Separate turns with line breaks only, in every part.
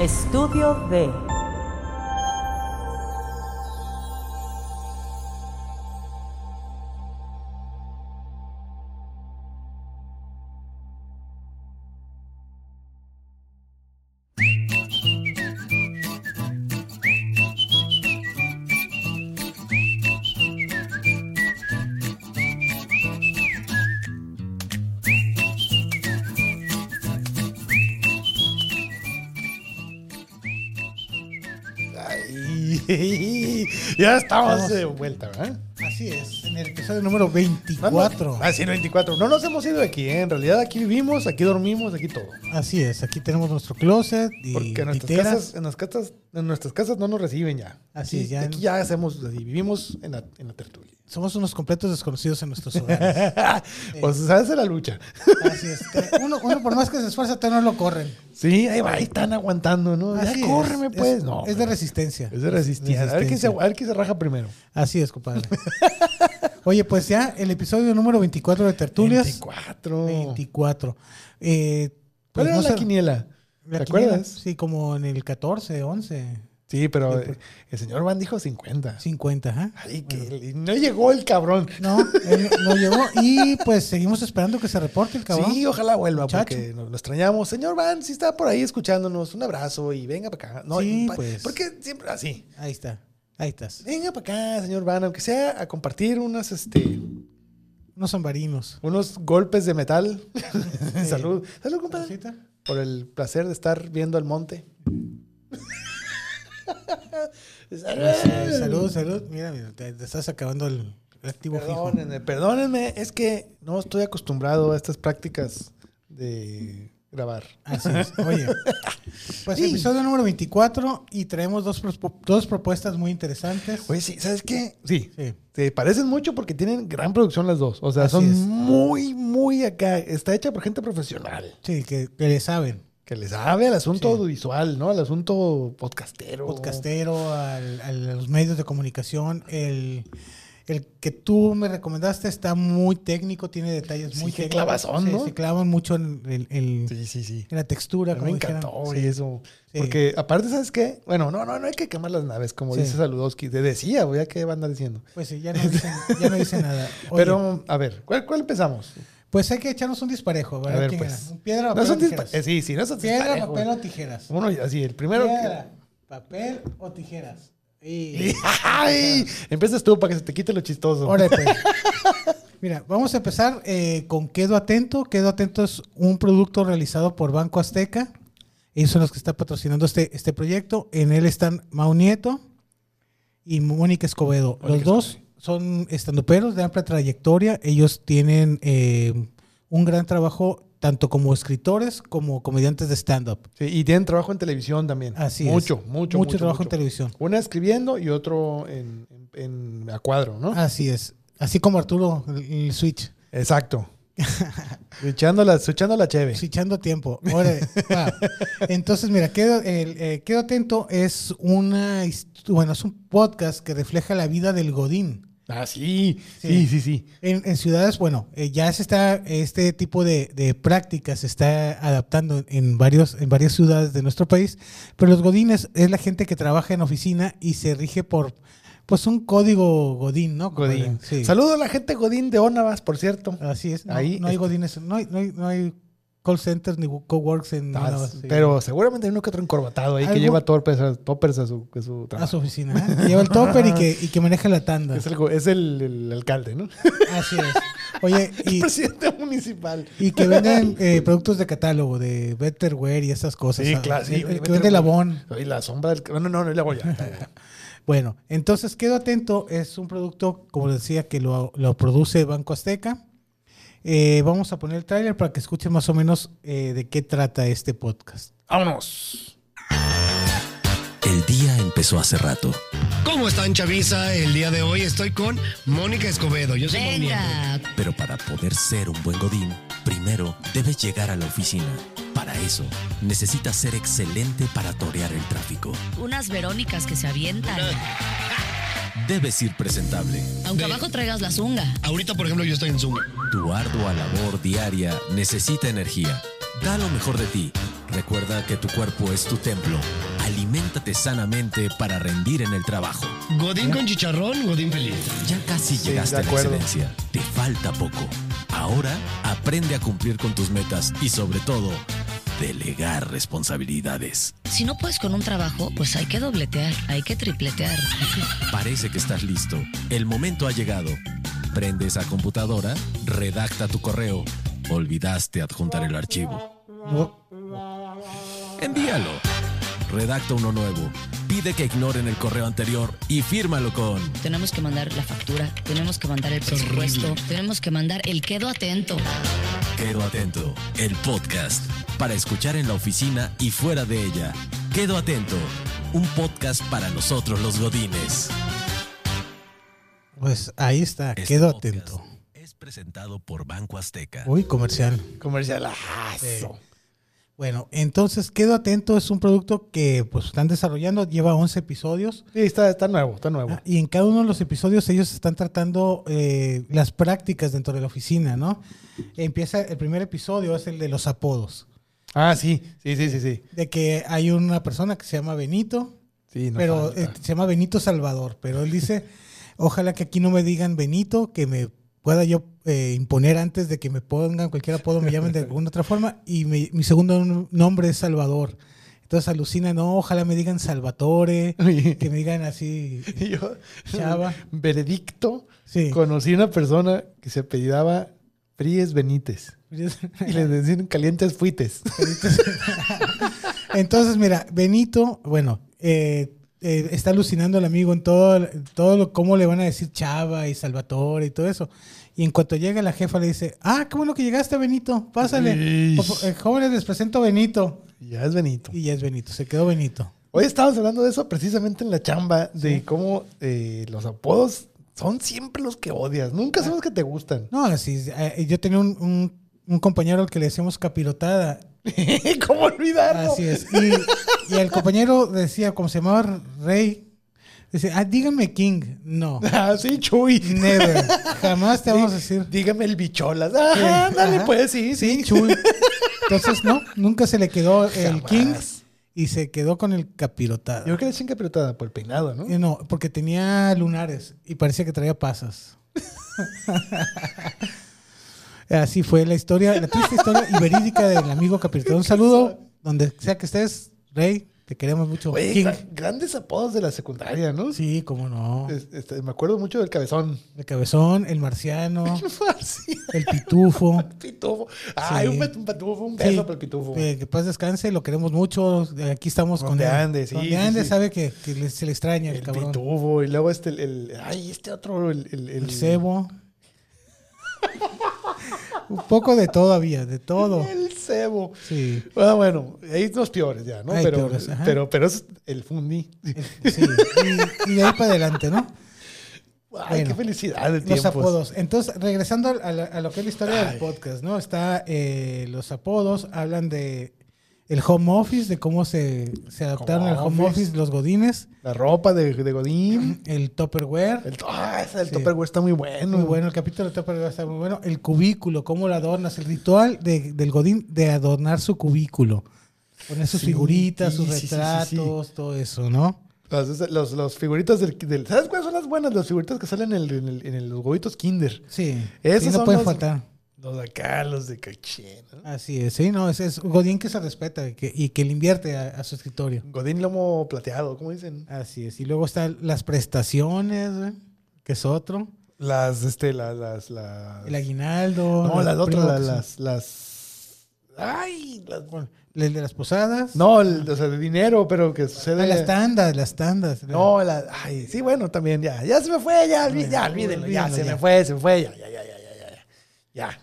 Estudio de
Ay, ya estamos, de vuelta, ¿verdad?
Así es, en el episodio número 24.
Ah, sí, 24. No nos hemos ido de aquí, ¿eh? En realidad aquí vivimos, aquí dormimos, aquí todo.
Así es, aquí tenemos nuestro closet y
Porque en nuestras,
literas.
casas, en, las casas, en nuestras casas no nos reciben ya.
Así
Aquí-
es, ya en-
Aquí ya hacemos, así, vivimos en la, en la tertulia.
Somos unos completos desconocidos en nuestros hogares.
Pues sabes de la lucha.
Así es. Uno, uno por más que se esfuerza, todavía no lo corren.
Sí, ahí va, ahí están aguantando, ¿no? Ya
Así es.
córreme, pues.
Es,
no,
es de resistencia.
es de resistencia. A ver, quién se, a ver quién se raja primero.
Así es, compadre. Oye, pues ya el episodio número 24 de Tertulias.
24.
24. Eh, pues
¿Cuál era
no
la
sé-
quiniela?
la
¿Te
quiniela,
acuerdas?
Sí, como en el 14, 11,
Sí, pero
Sí,
eh, el señor Van dijo 50.
50, ajá.
Ay, que y no llegó el cabrón.
No, él no llegó y pues seguimos esperando que se reporte el cabrón.
Sí, ojalá vuelva
Muchacho.
porque nos lo extrañamos. Señor Van, si está por ahí escuchándonos, un abrazo y venga para acá. No,
Sí,
y pa-
pues.
¿Por qué siempre así?
Ahí está, ahí estás.
Venga para acá, señor Van, aunque sea a compartir unas, este,
Unos zambarinos.
unos golpes de metal. Salud. Salud, compadre.
Saludcita.
Por el placer de estar viendo al monte.
Gracias, Salud, salud. Mira, mira, te, te estás acabando el activo fijo.
Perdónenme, perdónenme, es que no estoy acostumbrado a estas prácticas de grabar.
Así es. Oye, pues episodio número 24 y traemos dos, prospo- dos propuestas muy interesantes.
Oye, sí, ¿sabes qué? Sí.
Sí.
Se parecen mucho porque tienen gran producción las dos. O sea,
Así
son
es.
muy, muy acá. Está hecha por gente profesional.
Sí, que, que le saben.
Que le sabe al asunto
Sí.
audiovisual, ¿no? Al asunto podcastero.
Podcastero, al- al- a los medios de comunicación. El, el que tú me recomendaste está muy técnico, tiene detalles
Sí,
muy
qué
técnicos.
clavazón,
Sí,
¿no?
Se clavan mucho en, el- el-
Sí, sí, sí.
en la textura.
me
como dijera.
encantó
Sí.
eso.
Sí.
Porque aparte, ¿sabes qué? Bueno, no, no, no hay que quemar las naves, como
Sí.
dice Saludowski. Te decía, voy a qué van a andar diciendo.
Pues sí, ya no dicen, ya no dicen nada. Oye,
Pero, a ver, ¿cuál, cuál empezamos?
pues hay que echarnos un disparejo. ¿verdad?
A ver,
¿Quién
pues.
gana? Un piedra,
No
papel
son
o
dispa-
tijeras.
eh, sí, sí, no son
Piedra,
disparejos.
papel o tijeras.
Uno, así, el primero. que-
Piedra, papel o tijeras. Y...
¡Ay! Empiezas tú para que se te quite lo chistoso.
Órale, pues. Mira, vamos a empezar eh, con Quedo Atento. Quedo Atento es un producto realizado por Banco Azteca. Ellos son los que están patrocinando este, este proyecto. En él están Mau Nieto y Mónica Escobedo. los
Mónica
dos son estanduperos de amplia trayectoria. Ellos tienen eh, un gran trabajo tanto como escritores como comediantes de stand-up.
Sí, y tienen trabajo en televisión también.
Así es.
mucho, Mucho, mucho.
Mucho trabajo en
mucho.
televisión.
Una escribiendo y otro en, en- en- a cuadro, ¿no?
Así es. Así como Arturo, el- el Switch.
Exacto. echando la, switchando la cheve.
Sí, Pues, echando tiempo. Órale, va. Entonces, mira, quedo, el, eh, Quedo atento es una hist- bueno, es un podcast que refleja la vida del Godín.
Ah, sí.
Sí.
Sí, sí, sí.
En, en ciudades, bueno, eh, ya se está, este tipo de, de prácticas se está adaptando en, varios, en varias ciudades de nuestro país, pero los godines es la gente que trabaja en oficina y se rige por, pues, un código godín, ¿no?
Godín.
Sí. Ah,
Saludo a la gente Godín de Onavas, por cierto.
Así es. No,
Ahí
no hay
está.
godines, no hay, no hay, no hay call centers ni coworks en...
Ah,
Nueva- sí.
Pero seguramente hay uno que otro encorbatado ahí que
Algo-
lleva toppers a, toppers a su, a su
a su
trabajo.
oficina. ¿eh? Que Lleva el topper y que, y que maneja la tanda.
Es, el, go- es el, el alcalde, ¿no?
Así es. Oye,
El
y,
presidente municipal.
y que venden eh, productos de catálogo, de Betterware y esas cosas.
Sí,
¿sabes?
claro. Sí,
El- el
oye,
que
vete
vende
a-
Labón.
Oye, la sombra del... No, no, no, no, la voy a...
Bueno, entonces quedo atento. Es un producto, como les decía, que lo, lo produce Banco Azteca. Eh, vamos a poner el tráiler para que escuchen más o menos eh, de qué trata este podcast.
Vámonos.
El día empezó hace rato.
¿Cómo están, Chavisa? El día de hoy estoy con Mónica Escobedo. Yo soy Mau Nieto.
Venga,
Pero para poder ser un buen godín, primero debes llegar a la oficina. Para eso, necesitas ser excelente para torear el tráfico.
unas Verónicas que se avientan.
Debes ir presentable.
Aunque
Ve-
abajo traigas la zunga.
Ahorita, por ejemplo, yo estoy en Zoom.
Tu ardua labor diaria necesita energía. Da lo mejor de ti. Recuerda que tu cuerpo es tu templo. Aliméntate sanamente para rendir en el trabajo.
Godín con chicharrón, Godín feliz.
Ya casi
Sí,
llegaste
de
a la
acuerdo.
excelencia. Te falta poco. Ahora aprende a cumplir con tus metas y sobre todo, delegar responsabilidades.
Si no puedes con un trabajo, pues hay que dobletear, hay que tripletear.
Parece que estás listo. El momento ha llegado. Prende esa computadora, redacta tu correo. Olvidaste adjuntar el archivo. Envíalo. Redacta uno nuevo. Pide que ignoren el correo anterior y fírmalo con
Tenemos que mandar la factura, tenemos que mandar el presupuesto, tenemos que mandar el quedo atento.
Quedo Atento, el podcast para escuchar en la oficina y fuera de ella. Quedo Atento, un podcast para nosotros los godines.
Pues ahí está,
Este
quedo
podcast
atento.
Es presentado por Banco Azteca.
Uy, comercial.
Comercialazo.
Bueno, entonces quedo atento, es un producto que pues están desarrollando, lleva 11 episodios.
Sí, está, está nuevo, está nuevo.
Ah, Y en cada uno de los episodios ellos están tratando eh, las prácticas dentro de la oficina, ¿no? Empieza el primer episodio, es el de los apodos.
Ah, sí, sí, sí, sí, sí.
De que hay una persona que se llama Benito,
Sí, no
pero
falta.
eh, se llama Benito Salvador, pero él dice, ojalá que aquí no me digan Benito, que me pueda yo eh, imponer antes de que me pongan cualquier apodo, me llamen de alguna otra forma, y mi, mi segundo nom- nombre es Salvador. Entonces alucina, no, ojalá me digan Salvatore, que me digan así,
Y yo,
Chava.
veredicto,
sí.
conocí una persona que se apellidaba Fríes Benítez. Y les decían calientes fuites.
Entonces, mira, Benito, bueno, eh, eh, está alucinando el amigo en todo, todo lo, cómo le van a decir Chava y Salvatore y todo eso. Y en cuanto llega la jefa le dice, ah, qué bueno que llegaste, Benito, pásale.
Ish.
Po- po- eh, jóvenes, les presento a Benito.
ya es Benito.
Y ya es Benito, se quedó Benito.
Hoy estábamos hablando de eso precisamente en la chamba, de cómo eh, los apodos son siempre los que odias.
Ah.
Nunca son los que te gustan.
No, así, eh, yo tenía un, un- un compañero al que le decíamos capirotada.
¿Cómo olvidarlo?
Así es. Y, y el compañero decía, como se llamaba Rey, dice, ah, dígame King. No,
Ah, sí, Chuy.
never. Jamás te vamos a decir.
Dígame el bicholas. Ajá,
Sí,
dale,
ajá.
pues, sí, sí.
Sí, Chuy. Entonces, no, nunca se le quedó el
Jamás.
King y se quedó con el capirotado.
Yo creo que le chinga pelotada por el peinado, ¿no?
Eh, No, porque tenía lunares y parecía que traía pasas. Así fue la historia, la triste historia y verídica del amigo capirotado. Un saludo, donde sea que estés, Rey, te queremos mucho.
Oye,
King.
gra- grandes apodos de la secundaria, ¿no?
Sí, cómo no.
Es- este, me acuerdo mucho del cabezón.
El cabezón, el marciano,
Sí,
el pitufo.
pitufo. Ay,
Sí.
un pet- un pitufo, un beso
Sí.
para el pitufo.
Eh, que paz descanse, lo queremos mucho. eh, Aquí estamos
Donde
con él.
ande, sí,
Donde
sí,
ande
sí.
sabe que, que le- se le extraña el,
El
cabrón.
pitufo. Y luego este, el, el- Ay, este otro, el. El,
El cebo. Un poco de todo había, de todo.
El cebo.
Sí.
Ah, bueno, hay los peores ya, ¿no?
Hay
pero,
peores, ajá.
pero, pero es el fundi.
sí. Y, y de ahí para adelante, ¿no?
Ay, qué
Bueno,
felicidad de
Los
tiempos.
apodos. Entonces, regresando a, la- a lo que es la historia
Ay.
del podcast, ¿no? Está eh, los apodos, hablan de el home office, de cómo se, se adaptaron
Home
al home
office.
office. los godines,
La ropa de, de Godín.
el topperware.
El, ah, ese del
Sí. Mm.
Tupperware está muy bueno.
Muy bueno, el capítulo de Topper va a estar muy bueno. El cubículo, cómo lo adornas, el ritual de- del Godín de adornar su cubículo. Poner sus
Sí,
figuritas,
sí,
sus
sí, sí, sí,
retratos,
sí.
todo eso, ¿no?
Los, los, los figuritas del, del- ¿Sabes cuáles son las buenas? Las figuritas que salen en, el- en el- en el- los huevitos Kinder.
Sí,
Esos
sí, no
son
pueden
los-
faltar.
Los de acá, los de caché. ¿no?
Así es, sí, no, ese es Godín que se respeta y que, y que le invierte a, a su escritorio.
Godín lomo plateado, ¿cómo dicen? Ah,
Así es, y luego están las prestaciones, güey, que es otro.
Las, este, las, las, las...
El aguinaldo.
No, las
los
otras, las,
primos que son-
las, las- Ay, las...
El de las posadas.
No, el, o sea, de dinero, pero que sucede...
Ah, las tandas, las tandas.
No, la, ay, sí, bueno, también ya. Ya se me fue, ya, olví- ya, olvídenlo, ya,
olvídenlo,
se
ya.
me fue, se me fue, ya, ya, ya, ya, ya, ya. Ya.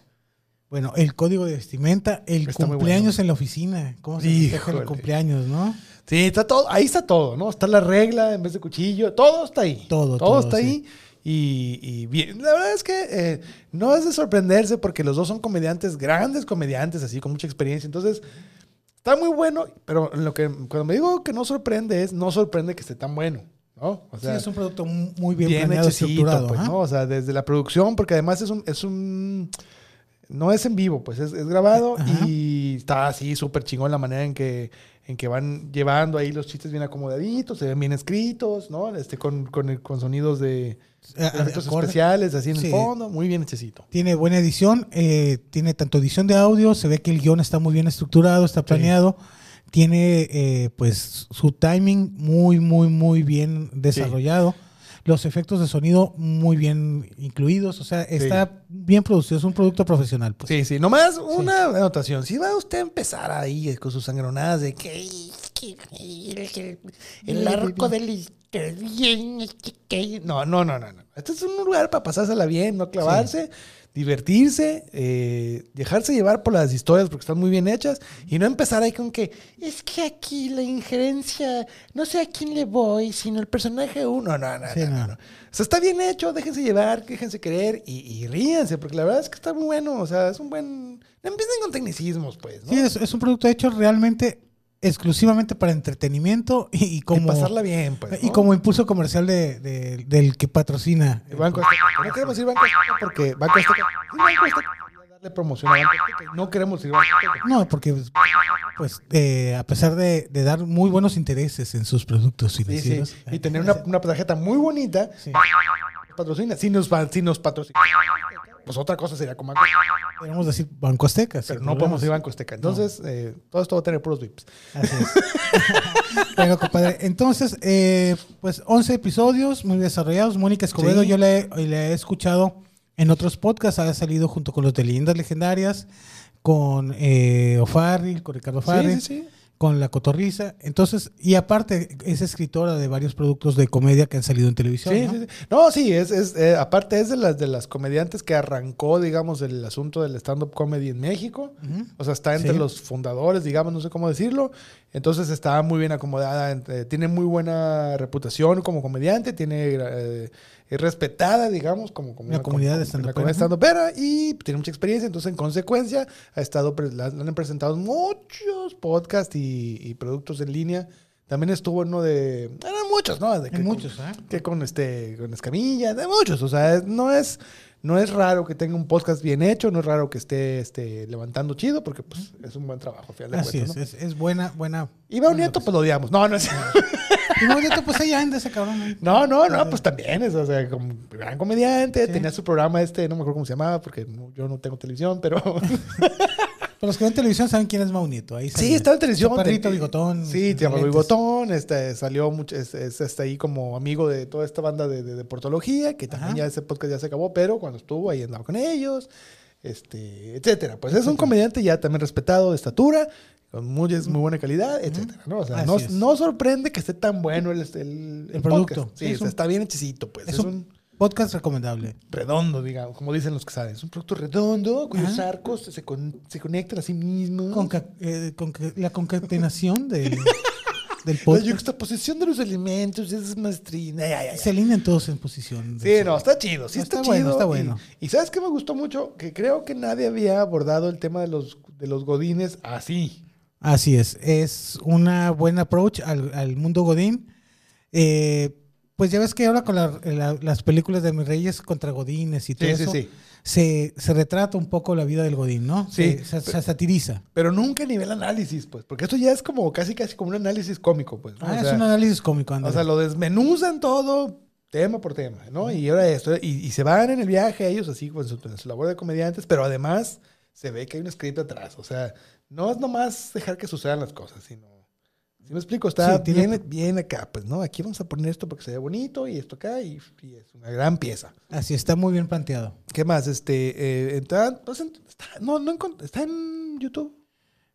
Bueno, el código de vestimenta, el
Está muy
cumpleaños en la oficina. ¿Cómo se festeja
Híjole.
el cumpleaños, no?
Sí, está todo, ahí está todo, ¿no? Está la regla en vez de cuchillo, todo está ahí. todo.
Todo, todo,
está ahí. Y, y bien, la verdad es que eh, no es de sorprenderse porque los dos son comediantes, grandes comediantes, así, con mucha experiencia. Entonces, está muy bueno, pero lo que, cuando me digo que no sorprende es, no sorprende que esté tan bueno, ¿no? O
sí, es un producto mu- muy bien, planeado,
hechecito,
estructurado.
pues,
ajá.
¿no? O sea, desde la producción, porque además es un, es un no es en vivo, pues es, es grabado
Ajá.
y está así súper chingón la manera en que, en que van llevando ahí los chistes bien acomodaditos, se ven bien escritos, ¿no? Este, con, con, el- con sonidos de de
Ah, ah,
efectos
acorde.
especiales, así en
Sí.
el fondo, muy bien hechecito.
Tiene buena edición, eh, tiene tanto edición de audio, se ve que el guión está muy bien estructurado, está planeado, tiene eh, pues su timing muy, muy, muy bien desarrollado, los efectos de sonido muy bien incluidos, o sea, está bien producido, es un producto profesional. Pues.
Sí, sí, nomás una anotación. Si va usted a empezar ahí con sus sangronadas de que, que- que- el arco del bien, que- que- no, no, no, no, no. Este es un lugar para pasársela bien, no clavarse, divertirse, eh, dejarse llevar por las historias porque están muy bien hechas y no empezar ahí con que es que aquí la injerencia, no sé a quién le voy, sino el personaje uno, no, no,
Sí,
no, no,
no.
no. O sea, está bien hecho, déjense llevar, déjense querer y, y ríanse, porque la verdad es que está muy bueno. O sea, es un buen. No empiecen con tecnicismos, pues, ¿no?
Sí, es, es un producto hecho realmente exclusivamente para entretenimiento y, y como... eh,
y pasarla bien, pues.
Y
¿no?
como impulso comercial de- de- del que patrocina.
El Banco Azteca. No queremos ir Banco Azteca porque Banco Azteca. sí, Banco Azteca quería darle promoción a Banco Azteca. No queremos ir Banco Azteca.
No, porque pues, pues, eh, a pesar de, de dar muy buenos intereses en sus productos
Sí,
financieros. eh,
sí. Y tener una, una tarjeta muy bonita.
Sí.
Patrocina. Si nos, pa- si nos patrocina. Pues otra cosa sería con Banco Azteca,
Podríamos decir Banco Azteca.
Pero
sin
no podemos
problemas.
ir Banco Azteca. Entonces, eh, todo esto va a tener puros VIPs.
Así es. Venga, compadre. Entonces, eh, pues 11 episodios muy desarrollados. Mónica Escobedo,
Sí.
yo la he, la he escuchado en otros podcasts. Ha salido junto con los de Leyendas Legendarias, con eh, O'Farrill, con Ricardo
Sí,
O'Farrill.
sí, sí.
con La Cotorriza. Entonces, y aparte es escritora de varios productos de comedia que han salido en televisión.
Sí,
¿no?
sí, sí. No, sí, es, es, eh, aparte es de las, de las comediantes que arrancó, digamos, el asunto del stand-up comedy en México.
Ujú.
O sea, está entre
Sí.
los fundadores, digamos, no sé cómo decirlo. Entonces está muy bien acomodada, ent- eh, tiene muy buena reputación como comediante, tiene eh, es respetada, digamos, como, como
Una comunidad
como-
de
como una
stand-upera.
comunidad stand-upera y tiene mucha experiencia. Entonces, en consecuencia, ha estado, pre- la, la han presentado en muchos podcasts y, y productos en línea. También estuvo uno de... Eran muchos, ¿no? De
Hay muchos, ¿eh?
que con este con Escamilla, de muchos, o sea, es- no es no es raro que tenga un podcast bien hecho, no es raro que esté este, levantando chido porque pues es un buen trabajo, al final de
Así
cuentas,
es,
¿no?
es, es buena, buena.
Y va un nieto, pues lo odiamos. No, no es.
Y muy bonito, pues ahí anda ese cabrón. ahí.
No, no, no, pues también es, o sea, como un gran comediante, tenía su programa este, no me acuerdo cómo se llamaba, porque no- yo no tengo televisión, pero
Pero los que ven televisión saben quién es Maunito. Ahí
sí, estaba en televisión.
Parrito,
te-
bigotón.
Sí, te llamaba
lentes.
Bigotón, este, salió mucho, es, es- está ahí como amigo de toda esta banda de, de, de portología, que también
Ajá.
ya ese podcast ya se acabó, pero cuando estuvo ahí andaba con ellos, este, etcétera. Pues es un comediante ya también respetado de estatura, con muy, es muy buena calidad, etcétera. ¿no? O sea, no,
Así es.
no sorprende que esté tan bueno el, este, el,
El
podcast.
producto.
Sí,
Es
o sea,
un-
está bien hechicito, pues. Es,
Es
un
un podcast recomendable.
redondo, digamos, como dicen los que saben. Es un producto redondo, cuyos arcos se, con- se conectan a sí mismos.
Con la concatenación de, del
la
podcast.
yuxtaposición de los elementos es maestría. Ay, ay, ay,
Se alinean todos en posición.
Sí, no, está chido, sí
No,
está,
está
chido.
bueno, está
y-
bueno.
Y, sabes qué me gustó mucho, que creo que nadie había abordado el tema de los, de los godines así.
Así es, es una buena approach al, al mundo Godín. Eh, pues ya ves que ahora con la- la- las películas de Mis Reyes contra Godines y todo
Sí, sí,
eso,
sí.
Se, se retrata un poco la vida del Godín, ¿no?
Sí.
Se, se- se satiriza.
Pero nunca a nivel análisis, pues, porque esto ya es como casi casi como un análisis cómico, pues. ¿no?
Ah,
O
es
sea,
un análisis cómico,
O
ándale.
sea, lo desmenuzan todo, tema por tema, ¿no? Y ahora esto, y, y se van en el viaje ellos así con su, en su labor de comediantes, pero además se ve que hay un script atrás, o sea, no es nomás dejar que sucedan las cosas, sino... Si me explico, está
Sí, tiene-
bien, bien acá, pues, ¿no? Aquí vamos a poner esto porque se ve bonito y esto acá y, y es una gran pieza.
Así está muy bien planteado.
¿Qué más? Este, eh, está, pues, en- está- no, no encont- está en YouTube.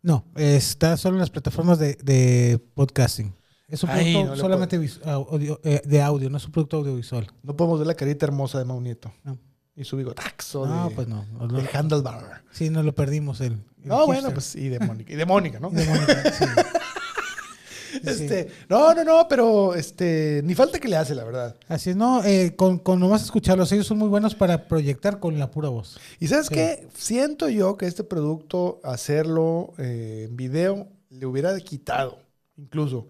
No, eh, está solo en las plataformas de, de podcasting. Es un
Ay,
producto
no lo
solamente visu- audio- eh, de audio, no es un producto audiovisual.
No podemos ver la carita hermosa de Mau Nieto
No,
y su bigotaxo
no
de,
pues no. no lo-
de Handlebar.
sí, no lo perdimos el. el
No, bueno,
hipster.
pues y de Mónica, y de Mónica, ¿no?
De Mónica, sí.
Este, no, no, no, pero este, ni falta que le hace, la verdad.
Así es, no, eh, con, con nomás escucharlos, ellos son muy buenos para proyectar con la pura voz.
Y sabes
Sí.
qué, siento yo que este producto hacerlo eh, en video le hubiera quitado, incluso,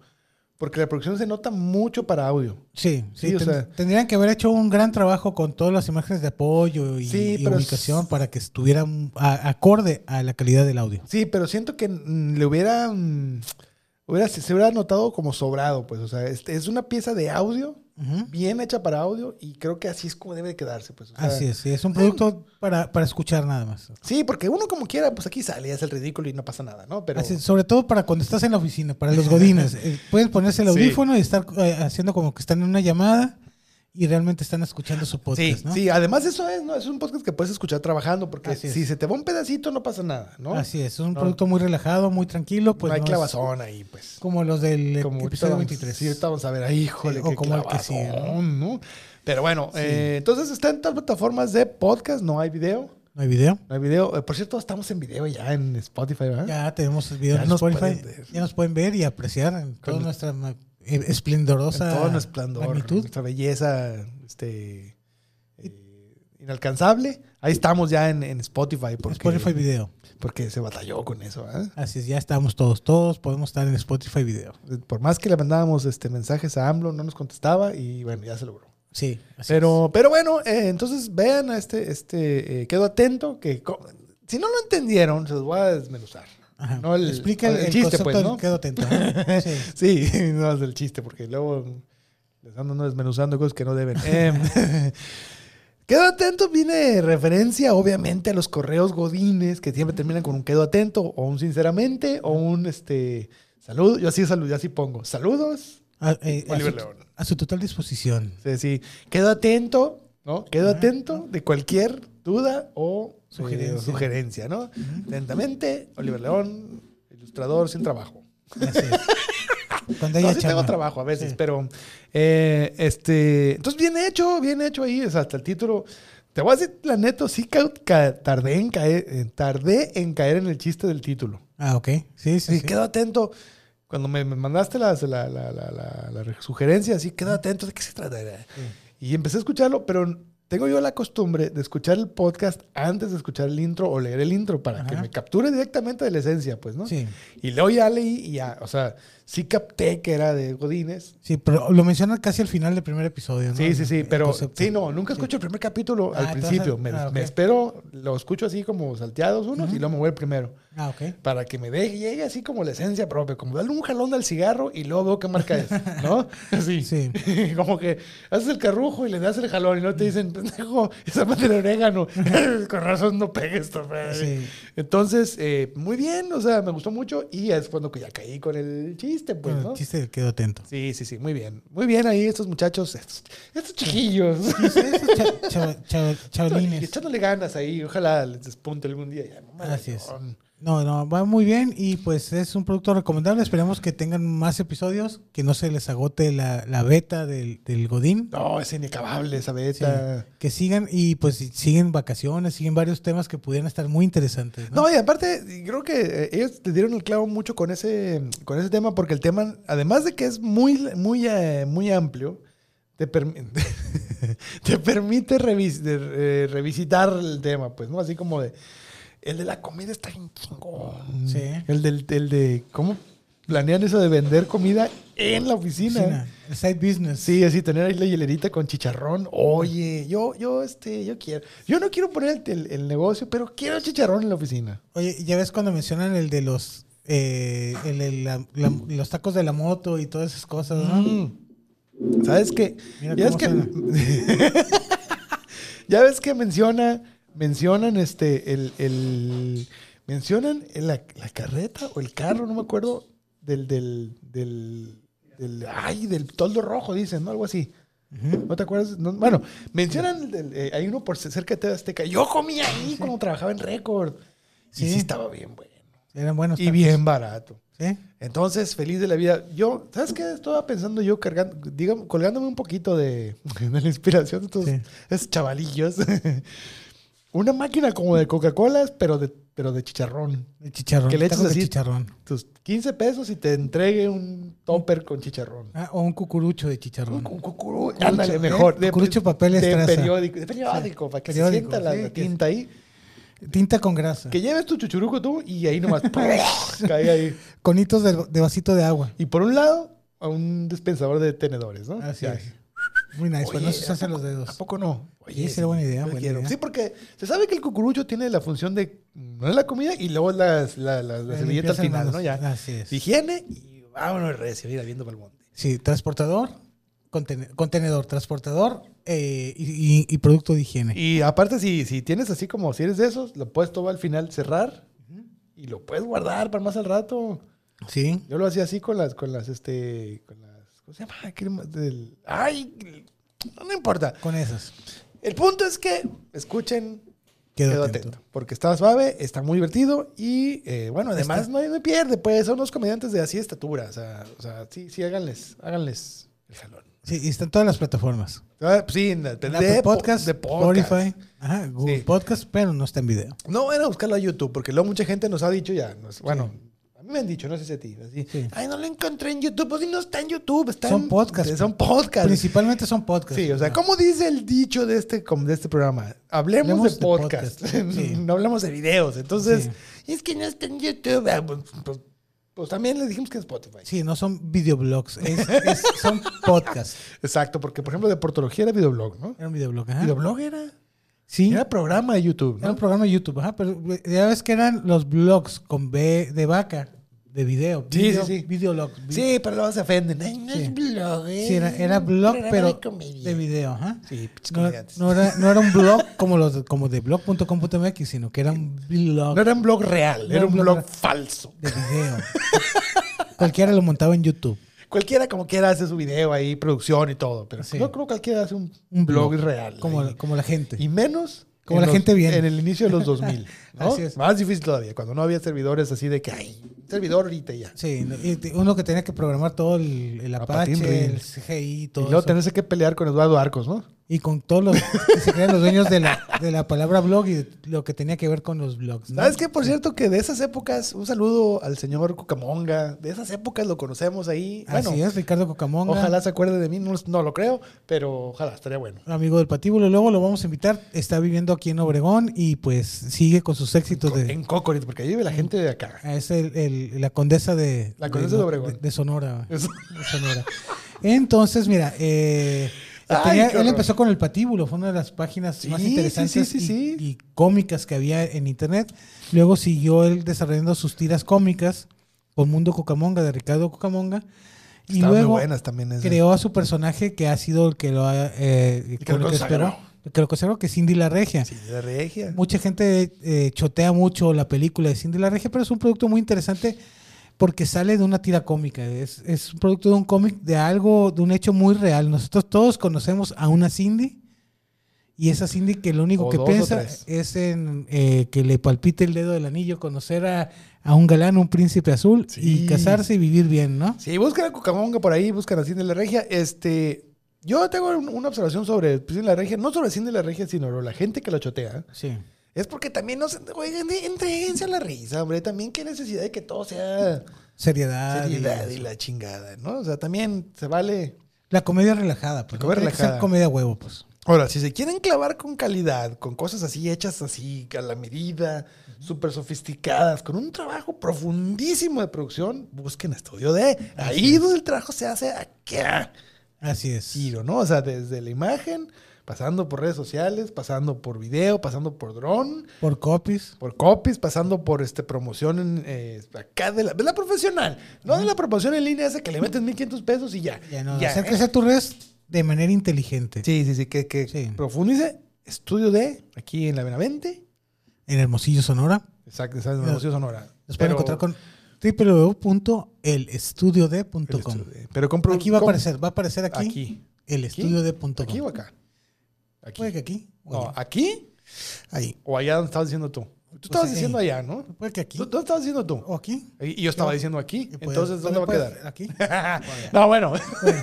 Porque la producción se nota mucho para audio.
Sí, sí.
Sí, o
ten-
sea-
tendrían que haber hecho un gran trabajo con todas las imágenes de apoyo y,
Sí,
y
pero
ubicación
s-
para que estuvieran a- acorde a la calidad del audio.
Sí, pero siento que mm, le hubiera, mm, hubiera- se, se hubiera notado como sobrado, pues. O sea, es, es una pieza de audio,
Ujú.
bien hecha para audio, y creo que así es como debe de quedarse, pues. o sea,
Así es, sí, es un producto para, para escuchar nada más.
Sí, porque uno como quiera, pues aquí sale, hace el ridículo y no pasa nada, ¿no? Pero
Así, sobre todo para cuando estás en la oficina, para los godines. Eh, Pueden ponerse el
Sí.
audífono y estar eh, haciendo como que están en una llamada y realmente están escuchando su podcast,
sí,
¿no?
sí, además eso es, ¿no? Es un podcast que puedes escuchar trabajando, porque
Así es.
si se te va un pedacito no pasa nada, ¿no?
Así es, es un
No.
producto muy relajado, muy tranquilo. Pues
no hay
no es
clavazón ahí, pues.
Como los del
ahorita
episodio
vamos-
23.
Sí, ahorita vamos a ver. Ahí, híjole,
o
qué
como el que
clavazón,
sigue,
¿no? Pero bueno, eh, entonces está en todas las plataformas de podcast, no hay video.
¿No hay video?
No hay video. Eh, por cierto, estamos en video ya en Spotify, ¿verdad?
Ya tenemos el video
¿Eh? Ya
en
nos
Spotify.
pueden ver.
Ya nos pueden ver y apreciar en toda
Con-
nuestra ma- eh,
En
esplendorosa
todo nuestro esplendor,
magnitud.
nuestra belleza este, eh, inalcanzable. Ahí estamos ya en, en Spotify. Porque,
Spotify Video.
Porque se batalló con eso, ¿eh?
Así es, ya estamos todos, todos podemos estar en Spotify Video.
Por más que le mandábamos este, mensajes a AMLO, no nos contestaba y bueno, ya se logró.
Sí, así
Pero, pero bueno, eh, entonces vean a este, este, eh, quedo atento, que co- si no lo entendieron, se los voy a desmenuzar.
Ajá.
No el-
Explica el,
el
el
chiste,
concepto
pues,
del
¿no?
quedo atento. ¿no? Sí.
Sí, no es el chiste, porque luego les andan desmenuzando cosas que no deben. Eh, quedo atento viene de referencia, obviamente, a los correos godines, que siempre terminan con un quedo atento, o un sinceramente, o un este saludo. Yo así saludo, yo así pongo. Saludos.
A, eh, a
Oliver
su,
León.
a su total disposición.
Sí, sí. Quedo atento, ¿no? Quedo atento de cualquier duda o eh,
Sugerencia.
sugerencia, ¿no? Atentamente, Oliver León, ilustrador sin trabajo.
Así es. Cuando
No,
haya
sí
chamba.
tengo trabajo a veces,
Sí.
pero eh, este, entonces bien hecho, bien hecho ahí, o sea, hasta el título. Te voy a decir, la neta, sí ca- ca- tardé en caer, eh, tardé en caer en el chiste del título.
Ah, ok. Sí, sí.
Sí,
sí.
quedo atento. Cuando me, me mandaste las- la, la, la, la- la sugerencia, así, quedo atento, ¿de qué se trata? Y empecé a escucharlo, pero tengo yo la costumbre de escuchar el podcast antes de escuchar el intro o leer el intro para que
Ajá.
me capture directamente de la esencia, pues, ¿no?
Sí.
Y luego ya leí y ya, o sea, sí capté que era de Godínez.
Sí, pero lo mencionan casi al final del primer episodio, ¿no?
Sí, sí, sí,
El
pero
concepto.
sí, no, nunca escucho el primer capítulo
Ah,
al
te vas
principio.
al-
Me,
ah, ok.
me espero, lo escucho así como salteados unos y luego me voy al primero
Ah, ok.
para que me deje, llegue así como la esencia propia, como darle un jalón del cigarro y luego veo qué marca es, ¿no? Así.
Sí.
como que haces el carrujo y le das el jalón y no te dicen, pendejo, esa madre de orégano, con razón no pegues esto,
Sí.
Entonces, eh, muy bien, o sea, me gustó mucho y es cuando que ya caí con el chiste, pues,
Bueno,
¿no?
el chiste del quedo atento.
Sí, sí, sí, muy bien. Muy bien ahí estos muchachos, estos, estos chiquillos.
Esos cha- chava- chava- chavalines.
Echándole ganas ahí, ojalá les despunte algún día. Ya, no,
Así es.
mamalón.
No, no, va muy bien y pues es un producto recomendable. Esperemos que tengan más episodios, que no se les agote la, la beta del, del Godín.
No, es inacabable esa
Sí,
beta.
que sigan y pues si- siguen vacaciones, siguen varios temas que pudieran estar muy interesantes. ¿no?
No, y aparte, creo que eh, ellos te dieron el clavo mucho con ese, con ese tema, porque el tema, además de que es muy, muy, eh, muy amplio, te, permi- te permite revis- de- eh, revisitar el tema, pues, ¿no? Así como de, el de la comida está bien chingón.
Sí.
El, del, el de, ¿cómo planean eso de vender comida en la oficina?
Cocina, el side business.
Sí, así tener ahí la hielerita con chicharrón. Oye, yo, yo, este, yo quiero. Yo no quiero poner el, el- el negocio, pero quiero chicharrón en la oficina.
Oye, ya ves cuando mencionan el de los eh, el de la- la- los tacos de la moto y todas esas cosas, ¿no?
Mm. ¿Sabes qué?
Mira
ya, ves
cómo
que ya ves que menciona, mencionan este, el, el- mencionan el- la, la carreta o el carro, no me acuerdo, del, del, del, del- ay, del toldo rojo, dicen, ¿no? Algo así. ¿No te acuerdas? No, bueno, mencionan, el del- eh, hay uno por cerca de TV Azteca. Yo comí ahí cuando trabajaba en Record. Y
Sí.
sí estaba bien bueno.
Eran buenos.
Y
tacos,
bien barato.
¿sí?
Entonces, feliz de la vida. Yo, ¿sabes qué? Estaba pensando yo cargando, digamos, colgándome un poquito de, de la inspiración de estos,
Sí.
esos chavalillos. Una máquina como de Coca-Cola, pero de, pero de chicharrón.
El chicharrón.
Que le echas
tacos de
así.
chicharrón.
Tus 15 pesos y te entregue un topper con chicharrón.
Ah, o un cucurucho de chicharrón.
Con cucurú, ándale,
¿eh?
mejor. De,
Cucurucho, papel,
de
estraza.
periódico, de periódico, para que se
periódico,
sienta la,
sí,
la
que-
tinta ahí.
Tinta con grasa.
Que lleves tu chuchuruco tú y ahí nomás cae ahí.
Conitos de, de vasito de agua.
Y por un lado, a un dispensador de tenedores, ¿no?
Así
Ya.
es. Muy nice,
Oye,
pues no se
¿a
usan los
poco- ¿A
dedos.
poco no?
Sí, sería buena idea,
yo
buena
quiero.
idea.
Sí, porque se sabe que el cucurucho tiene la función de. No es la comida y luego las, la- la- las
La
servilletas
Eh, limpieza de
finales, ¿no?
manos,
Ya.
Así es.
Higiene y vámonos recio, mira, viendo para el monte.
Sí, transportador, contene- contenedor, transportador eh, y, y- y producto de higiene.
Y aparte, si, si tienes así como, si eres de esos, lo puedes todo al final cerrar y lo puedes guardar para más al rato.
Sí.
Yo lo hacía así con las, con las, este, con las, ¿cómo se llama? Crema del- ay, no me importa.
Con esas.
El punto es que escuchen,
Quedo
quedo,
atento.
atento. porque está suave, está muy divertido y eh, bueno, además
Está-
no, hay- no pierde, pues son unos comediantes de así estatura, o sea, o sea, sí, sí, háganles, háganles el jalón.
Sí, y están todas las plataformas.
Ah, Sí, en la-
En
de
Apple
po-
Podcast,
de podcast.
Spotify, ajá, Google
Sí.
Podcast, pero no está en video.
No van a buscarlo a YouTube, porque luego mucha gente nos ha dicho ya. nos- bueno, a mí me han dicho, no sé si a ti. así,
Sí.
Ay, no lo encontré en YouTube. Pues si no está en YouTube. Está
Son
en-
podcasts.
Son podcasts.
Principalmente son podcasts.
Sí, o sea, ¿cómo dice el dicho de este, com- de este programa? Hablemos,
Hablemos
de
de
podcast.
podcast, sí.
no hablamos de videos. Entonces, es que no está en YouTube. Ah, pues, pues- pues también les dijimos que es Spotify.
Sí, no son videoblogs, es- es- son podcasts.
Exacto, porque por ejemplo, de portología era videoblog, ¿no?
Era un videoblog, ajá.
¿Videoblog era?
Ah. Sí,
Era programa de YouTube,
era un
¿no?
programa de YouTube, ajá, pero ya ves que eran los blogs con B de vaca, de video.
Sí,
video-
sí, sí.
Videolog.
Sí, pero luego se ofenden. Ay, no
Sí.
es blog. eh,
Sí, era,
es
era
un
blog,
programa
pero
de comedia".
de video, ajá.
Sí, pinches
No,
comediantes.
no era, no era un blog como, los, de- como de blog.com.mx, sino que era un blog
No era un blog real,
No
era un blog
real.
falso.
de video. Cualquiera lo montaba en YouTube.
Cualquiera como quiera hace su video ahí, producción y todo, pero
Sí.
no creo que cualquiera hace un,
Un
blog,
blog,
real.
Como,
ahí.
como la gente.
y menos
como
en
la
los-
gente bien.
En el inicio de los 2000, ¿no?
Así es.
Más difícil todavía, cuando no había servidores así de que hay servidor ahorita y ya.
Sí, no, y te- uno que tenía que programar todo el, el
Apatín
Apache, el
Rin.
CGI,
Y
todo
luego
eso.
tenerse que pelear con Eduardo Arcos, ¿no?
Y con todos los que se crean los dueños de la, de la palabra blog y de lo que tenía que ver con los blogs. ¿no?
¿Sabes qué? Por cierto, que de esas épocas, un saludo al señor Cucamonga, de esas épocas lo conocemos ahí. Bueno,
Así es, Ricardo Cocamonga.
ojalá se acuerde de mí, no, no lo creo, pero ojalá, estaría bueno.
Amigo del Patíbulo, luego lo vamos a invitar. Está viviendo aquí en Obregón y pues sigue con sus éxitos de. Ah,
en Cocorit, porque ahí vive la gente de acá.
Es el- el- la condesa de.
La condesa de Obregón.
De, de Sonora.
Eso.
de Sonora. Entonces, mira, eh,
Ay,
tenía-
qué
él
horror.
empezó con el Patíbulo, fue una de las páginas más
Sí, sí,
interesantes
sí, sí,
y-
sí.
y cómicas que había en internet. Luego siguió él desarrollando sus tiras cómicas con Mundo Cocamonga, de Ricardo Cocamonga. Y
Estaban muy
luego
buenas también esas.
creó a su personaje que ha sido el que lo ha... eh,
que
con
lo
el que
consagró.
esperó, el que lo consagró, que es Cindy la Regia.
Sí, de regia.
Mucha gente eh, chotea mucho la película de Cindy la Regia, pero es un producto muy interesante porque sale de una tira cómica. Es, es un producto de un cómic, de algo, de un hecho muy real. Nosotros todos conocemos a una Cindy y esa Cindy que lo único
O
que
dos o
piensa
tres.
es en eh, que le palpite el dedo del anillo, conocer a, a un galán, un príncipe azul y
Sí.
casarse y vivir bien, ¿no?
Sí, buscan a Cucamonga por ahí, buscan a Cindy la Regia. Este, yo tengo un- una observación sobre Cindy la Regia, no sobre Cindy la Regia, sino sobre la gente que la chotea.
Sí.
Es porque también nos oigan, entreguense a la risa, hombre. También qué necesidad de que todo sea
Seriedad. y-
seriedad y la chingada, ¿no? O sea, también se vale.
La comedia relajada, pues.
La comedia
no tiene que ser
relajada.
comedia huevo, pues.
Ahora, si se quieren clavar con calidad, con cosas así hechas así, a la medida, súper sofisticadas, con un trabajo profundísimo de producción, busquen Estudio D. Ahí donde el trabajo se hace acá.
Así es.
giro, ¿no? O sea, desde la imagen, pasando por redes sociales, pasando por video, pasando por dron,
Por copies.
por copies, pasando por este promoción en, eh, acá de la, de la profesional, no de la promoción en línea esa que le metes 1500 pesos y ya.
Ya no.
ya,
hacer
¿eh?
crecer tu red de manera inteligente.
Sí, sí, sí, que, que
Sí.
profundice. Estudio de aquí en la Benavente.
En Hermosillo, Sonora.
Exacto, esa es la
Pero-
Rocío Sonora.
Nos
Pero-
pueden encontrar con www.elestudiod.com.
el estudio D. Pero compro,
Aquí va a aparecer. Va a aparecer aquí.
Aquí.
Elestudiod.com.
¿Aquí o acá? Aquí.
Puede que aquí. o
No,
allá.
aquí
Ahí.
o allá donde estabas diciendo tú. Tú estabas
eh,
diciendo allá, ¿no?
Puede que aquí.
¿Dó- ¿Dónde estabas diciendo tú?
O aquí.
Y y yo estaba diciendo aquí.
Oh. Y puede-
Entonces, ¿dónde va a
puede-
quedar?
Aquí.
no, bueno.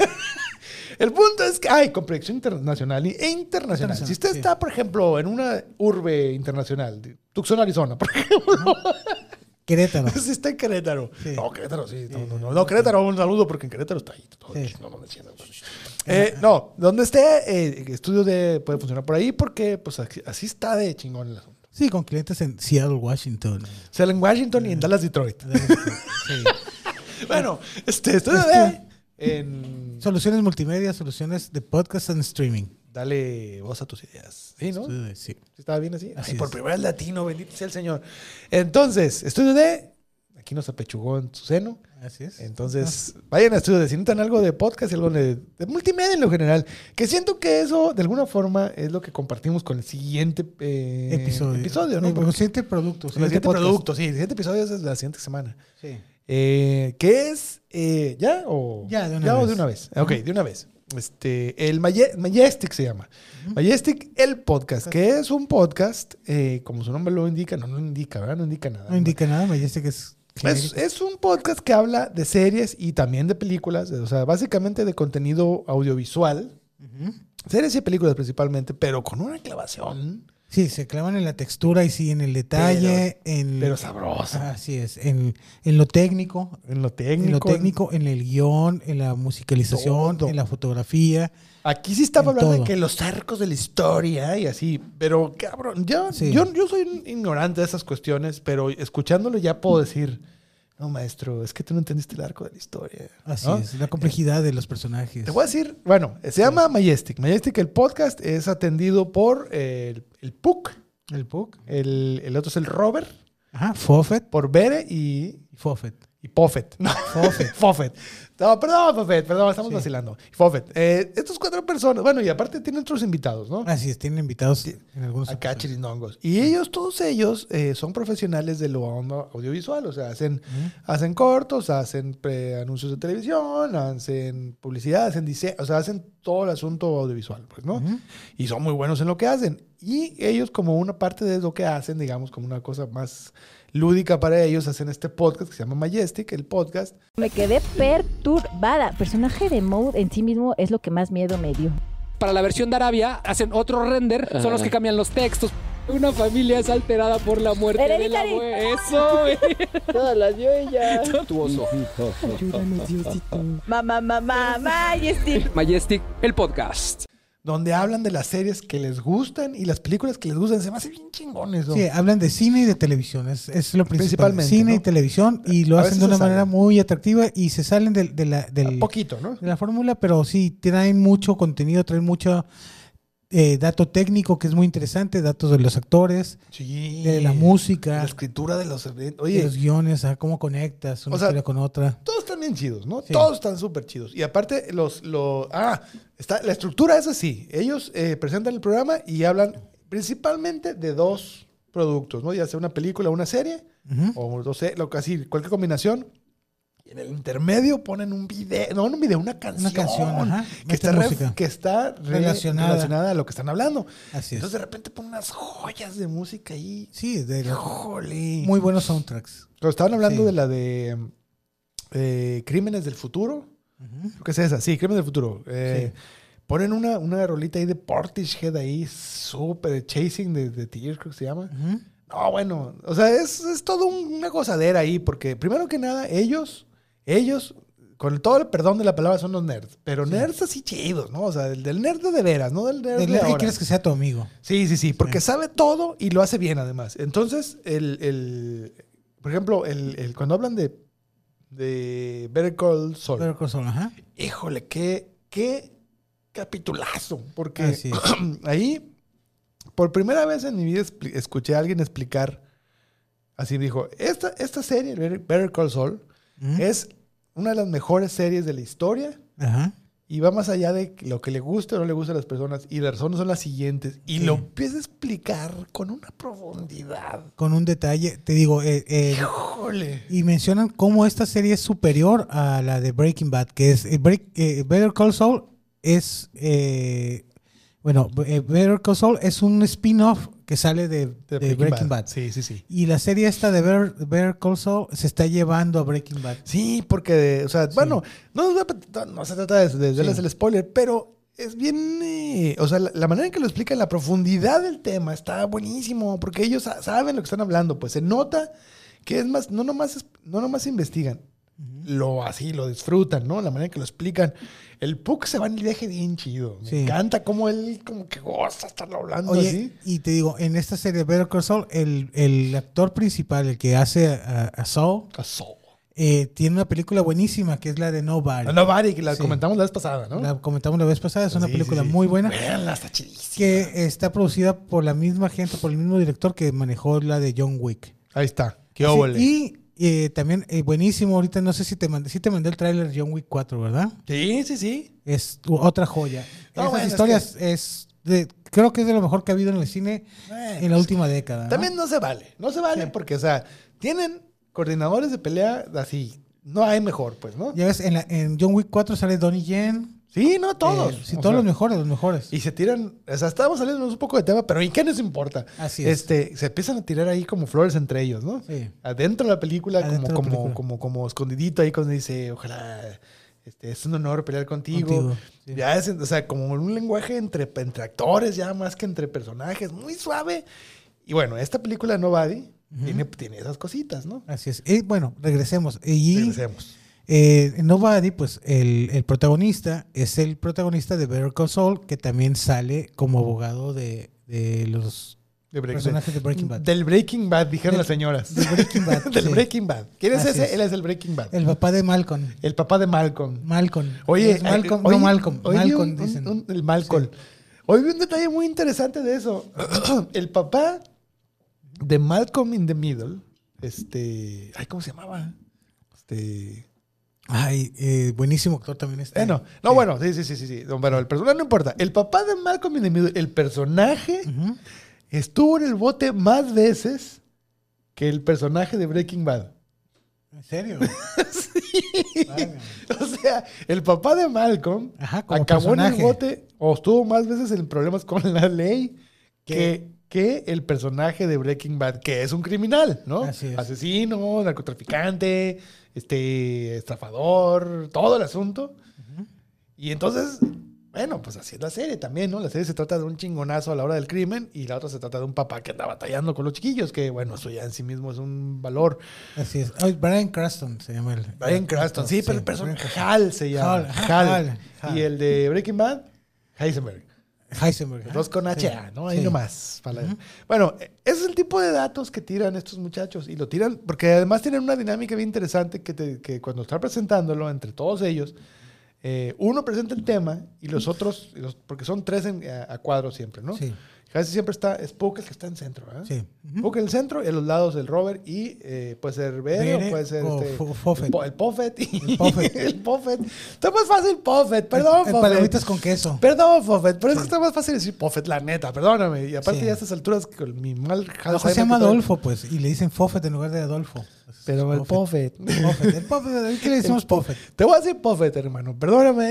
El punto es que hay con proyección internacional y- e internacional.
Internacional,
Si usted
sí.
está, por ejemplo, en una urbe internacional, de Tucson, Arizona, por ejemplo,
Querétaro.
si está en Querétaro.
Ah. Sí.
No, Querétaro, sí. No, no, no, no, Querétaro, un saludo porque en Querétaro está ahí. Todo
Sí.
chido, No, mames, sí, no, mames. Eh, no, donde esté, eh, estudio de, puede funcionar por ahí porque pues, así así está de chingón el asunto.
Sí, con clientes en Seattle, Washington.
O sea, en Washington y en Dallas, Mm. Detroit.
Sí.
Bueno, este, estudio
Estudio-
de en...
Soluciones multimedia, soluciones de podcast and streaming.
Dale voz a tus ideas. Sí, ¿no?
Sí, sí.
¿Estaba bien así?
Así
Ay, por
es.
primera vez latino, bendito sea el Señor. Entonces, estudio de... Aquí nos apechugó en su seno.
Así es.
Entonces, vayan a estudio de si necesitan algo de podcast y algo de, de multimedia en lo general. Que siento que eso, de alguna forma, es lo que compartimos con el siguiente eh,
episodio.
episodio, ¿no?
Eh,
Porque-
siguiente producto.
el siguiente
podcast.
producto, sí. El siguiente episodio es la siguiente semana.
Sí.
Eh, ¿Qué es? Eh, ¿Ya o...?
Ya, de una
o
vez.
de una vez. Ok, de una vez. Este, el Maje- Majestic se llama. Majestic, el podcast, que es un podcast, eh, como su nombre lo indica, no, no indica, ¿verdad? No indica nada.
No indica nada, me dice que es.
Es, es un podcast que habla de series y también de películas, o sea, básicamente de contenido audiovisual,
Ujú.
series y películas principalmente, pero con una clavación,
Sí, se clavan en la textura y sí, en el detalle, en.
pero sabrosa.
Así es, en, en lo técnico,
En lo técnico.
en lo técnico, en el guión, en la musicalización,
Todo.
en la fotografía.
Aquí sí estaba
En
hablando
todo.
de que los arcos de la historia y así, pero cabrón, yo,
Sí.
yo, yo soy un ignorante de esas cuestiones, pero escuchándolo ya puedo decir, no maestro, es que tú no entendiste el arco de la historia.
Así
¿no?
es, la complejidad de los personajes.
Te voy a decir, bueno, se llama Majestic. Majestic, el podcast, es atendido por eh, el, el PUC.
El Puck.
El, el otro es el Robert,
Ajá, Fofet.
por Bere y,
y Fofet.
y Poffet. No,
Fofet.
Poffet. No, perdón, Poffet, perdón, estamos
Sí.
vacilando. Poffet. Eh, estos cuatro personas, bueno, y aparte tienen otros invitados, ¿no?
Así es, tienen invitados en algunos.
Acá
episodios.
chirinongos. Y ellos, todos ellos, eh, son profesionales de lo audio- audiovisual. O sea, hacen, hacen cortos, hacen pre- anuncios de televisión, hacen publicidad, hacen diseño, o sea, hacen todo el asunto audiovisual, pues, ¿no?
Ujú.
Y son muy buenos en lo que hacen. Y ellos, como una parte de lo que hacen, digamos, como una cosa más lúdica para ellos, hacen este podcast que se llama Majestic, el podcast.
Me quedé perturbada. Personaje de Mode en sí mismo es lo que más miedo me dio.
Para la versión de Arabia hacen otro render, son los que cambian los textos. Una familia es alterada por la muerte de la
Hereditary.
abue- Eso, eh. güey.
Todas las dio ella.
Tu oso.
Mamá, mamá, mamá, y
Majestic, el podcast.
Donde hablan de las series que les gustan y las películas que les gustan. Se me hace bien chingones, ¿no?
Sí, hablan de cine y de televisión, es, es lo principal.
Principalmente,
Cine y
¿no?
televisión, y lo
A
hacen
veces
de una
se salen.
manera muy atractiva y se salen del- de, la, del-
Poquito, ¿no?
de la fórmula, pero sí, traen mucho contenido, traen mucho eh, dato técnico que es muy interesante, datos de los actores,
Sí.
de la música,
La escritura de los...
de
Oye,
los guiones, a cómo conectas una
O sea,
historia con otra.
todos están bien chidos, ¿no?
Sí.
Todos están súper chidos. Y aparte, los, lo- ah, está, la estructura es así. Ellos eh, presentan el programa y hablan principalmente de dos productos, ¿no? Ya sea una película, una serie,
Ujú.
o no sé, lo que así, cualquier combinación. Y en el intermedio ponen un video, no, no un video, una canción.
canción, ajá.
que,
Meten
está re-
música.
que está re-
Relacionada.
relacionada. a lo que están hablando.
Así es.
Entonces de repente ponen unas joyas de música ahí.
Sí, de los-
¡Híjole!
muy buenos soundtracks.
Pero estaban hablando
Sí.
de la de mm, eh, Crímenes del Futuro.
Ujú.
Creo que es esa, sí, Crímenes del Futuro. Eh, Ponen una, una rolita ahí de Portishead ahí, súper Chasing de, de Tears, creo que se llama.
Ujú.
No, bueno, o sea, es, es todo un- una gozadera ahí, porque primero que nada, ellos, ellos, con todo el perdón de la palabra, son los nerds, pero nerds así chidos, ¿no? O sea, del, del nerd de veras, no del nerd
Del
de
que
ahora.
quieres que sea tu amigo.
Sí, sí, sí, porque sabe todo y lo hace bien además. Entonces, el, el- por ejemplo, el, el- cuando hablan de, de Better Call Saul,
Better Call Saul, ajá.
híjole, qué, qué capitulazo, porque
Así es.
ahí, por primera vez en mi vida, expli- escuché a alguien explicar, así dijo, esta, esta serie, Better- Better Call Saul,
Ujú.
es una de las mejores series de la historia.
Ajá.
Y va más allá de lo que le gusta o no le gusta a las personas. Y las razones son las siguientes. Y
Sí.
lo empieza a explicar con una profundidad.
Con un detalle, te digo, eh, eh,
¡Híjole!
Y mencionan cómo esta serie es superior a la de Breaking Bad, que es eh, Break- eh, Better Call Saul es eh, bueno, eh, Better Call Saul es un spin-off que sale de, de Breaking, Bad.
Sí, sí, sí.
Y la serie esta de Better, Better Call Saul se está llevando a Breaking Bad.
Sí, porque, o sea, bueno, no, nos va a platicar- no se trata de, de darles el spoiler, pero es bien. eh, o sea, la, la manera en que lo explican, la profundidad del tema está buenísimo, porque ellos sa- saben lo que están hablando, pues se nota que es más, no nomás, es- no nomás investigan, lo así, lo disfrutan, ¿no? La manera en que lo explican. El Puck se va en el viaje bien chido. Me
Sí.
encanta cómo él, como que goza estarlo hablando
Oye,
así.
y te digo, en esta serie Better Call Saul, el, el actor principal, el que hace a, a Saul,
Casó.
eh, tiene una película buenísima que es la de Nobody.
A Nobody, que la
Sí.
comentamos la vez pasada, ¿no?
La comentamos la vez pasada, es una
Ah, Sí, sí,
película
sí.
muy buena
Véanla, está chidísima.
que está producida por la misma gente, por el mismo director que manejó la de John Wick.
Ahí está. Qué
Así-
óvole. Sí,
y eh, también eh, buenísimo, ahorita no sé si te mandé, si te mandé el tráiler de John Wick 4, ¿verdad?
sí, sí. sí.
Es tu- otra joya.
No,
Esas
bueno, es
historias es, de- creo que es de lo mejor que ha habido en el cine en
Bueno,
la última década. ¿no?
También no se vale. No se vale porque, o sea, tienen coordinadores de pelea así. No hay mejor, pues, ¿no?
Ya ves, en, la- en John Wick 4 sale Donnie Yen.
Sí, no todos.
Eh, sí,
O
todos
sea,
los mejores, los mejores.
Y se tiran, o sea, estábamos saliendo un poco de tema, pero ¿y qué nos importa?
Así es.
Este, se empiezan a tirar ahí como flores entre ellos, ¿no?
Sí.
Adentro de la película, como,
Adentro de la
como,
película.
como, como escondidito ahí cuando dice, ojalá, este, es un honor pelear contigo.
Contigo, sí.
Ya es, o sea, como un lenguaje entre, entre actores, ya más que entre personajes, muy suave. Y bueno, esta película Nobody tiene, tiene esas cositas, ¿no?
Así es. Y bueno, regresemos. Y
Regresemos.
Eh, en Nobody, pues el, el protagonista es el protagonista de Better Call Saul, que también sale como abogado de, de los
De Breaking
personajes de Breaking Bad.
Del Breaking Bad, dijeron
Del-
las señoras.
del Breaking Bad,
del
sí.
Breaking Bad. ¿Quién es
Así
ese?
es.
Él es el Breaking Bad.
El papá de Malcolm.
El papá de Malcolm.
Malcolm.
Oye,
Es Malcolm,
eh, hoy-
no Malcolm.
hoy vi
Malcolm,
un-
dicen.
un- un- el Malcolm. Hoy vi un detalle muy interesante de eso. el papá de Malcolm in the Middle, este. Ay, ¿cómo se llamaba? Este.
Ay, eh, buenísimo actor también está.
Eh, no, no, bueno, sí, sí, sí, sí, sí. Bueno, el personaje no importa. El papá de Malcolm in the Middle, el personaje,
Ujú.
estuvo en el bote más veces que el personaje de Breaking Bad.
¿En serio? Válgame.
O sea, el papá de Malcolm
Ajá, como
acabó en
personaje.
el bote o estuvo más veces en problemas con la ley que, que el personaje de Breaking Bad, que es un criminal, ¿no?
Así es.
Asesino, narcotraficante, este, estafador, todo el asunto. Y entonces, bueno, pues así es la serie también, ¿no? La serie se trata de un chingonazo a la hora del crimen y la otra se trata de un papá que anda batallando con los chiquillos, que bueno, eso ya en sí mismo es un valor.
Así es. Ay, Brian Cranston se llama el.
Brian Cranston, sí, pero el personaje Hal se llama.
Hal, ajá,
Hal.
Hal, Hal.
Y el de Breaking Bad, Heisenberg.
Heisenberg.
Los dos con
Sí.
HA, ¿no? Ahí
Sí.
nomás. para la- Bueno, ese es el tipo de datos que tiran estos muchachos. Y lo tiran, porque además tienen una dinámica bien interesante que, te- que cuando está presentándolo entre todos ellos, eh, uno presenta el tema y los otros, y los- porque son tres en- a, a cuadro siempre, ¿no?
Sí.
Casi siempre está Spook el que está en centro, ¿verdad?
Sí. Ujú.
Spook en el centro y a los lados el Robert y eh, puede ser Vero,
Vere
puede ser
o
este,
Fo- Fofet.
el Po- el Poffet. y-
El Poffet.
el Poffet. Está más fácil Poffet, perdón,
El- el
Poffet.
palomitas con queso.
Perdón, Poffet, pero es que está más fácil decir Poffet, la neta, perdóname. Y aparte
Sí.
ya a estas alturas con mi mal
A lo mejor
Alzheimer
se llama
que tengo-
Adolfo, pues, y le dicen Fofet en lugar de Adolfo.
Pero el
Fofet.
Poffet.
Puffet. El Puffet, ¿qué le decimos Puffet?
Te voy a decir Poffet, hermano, perdóname.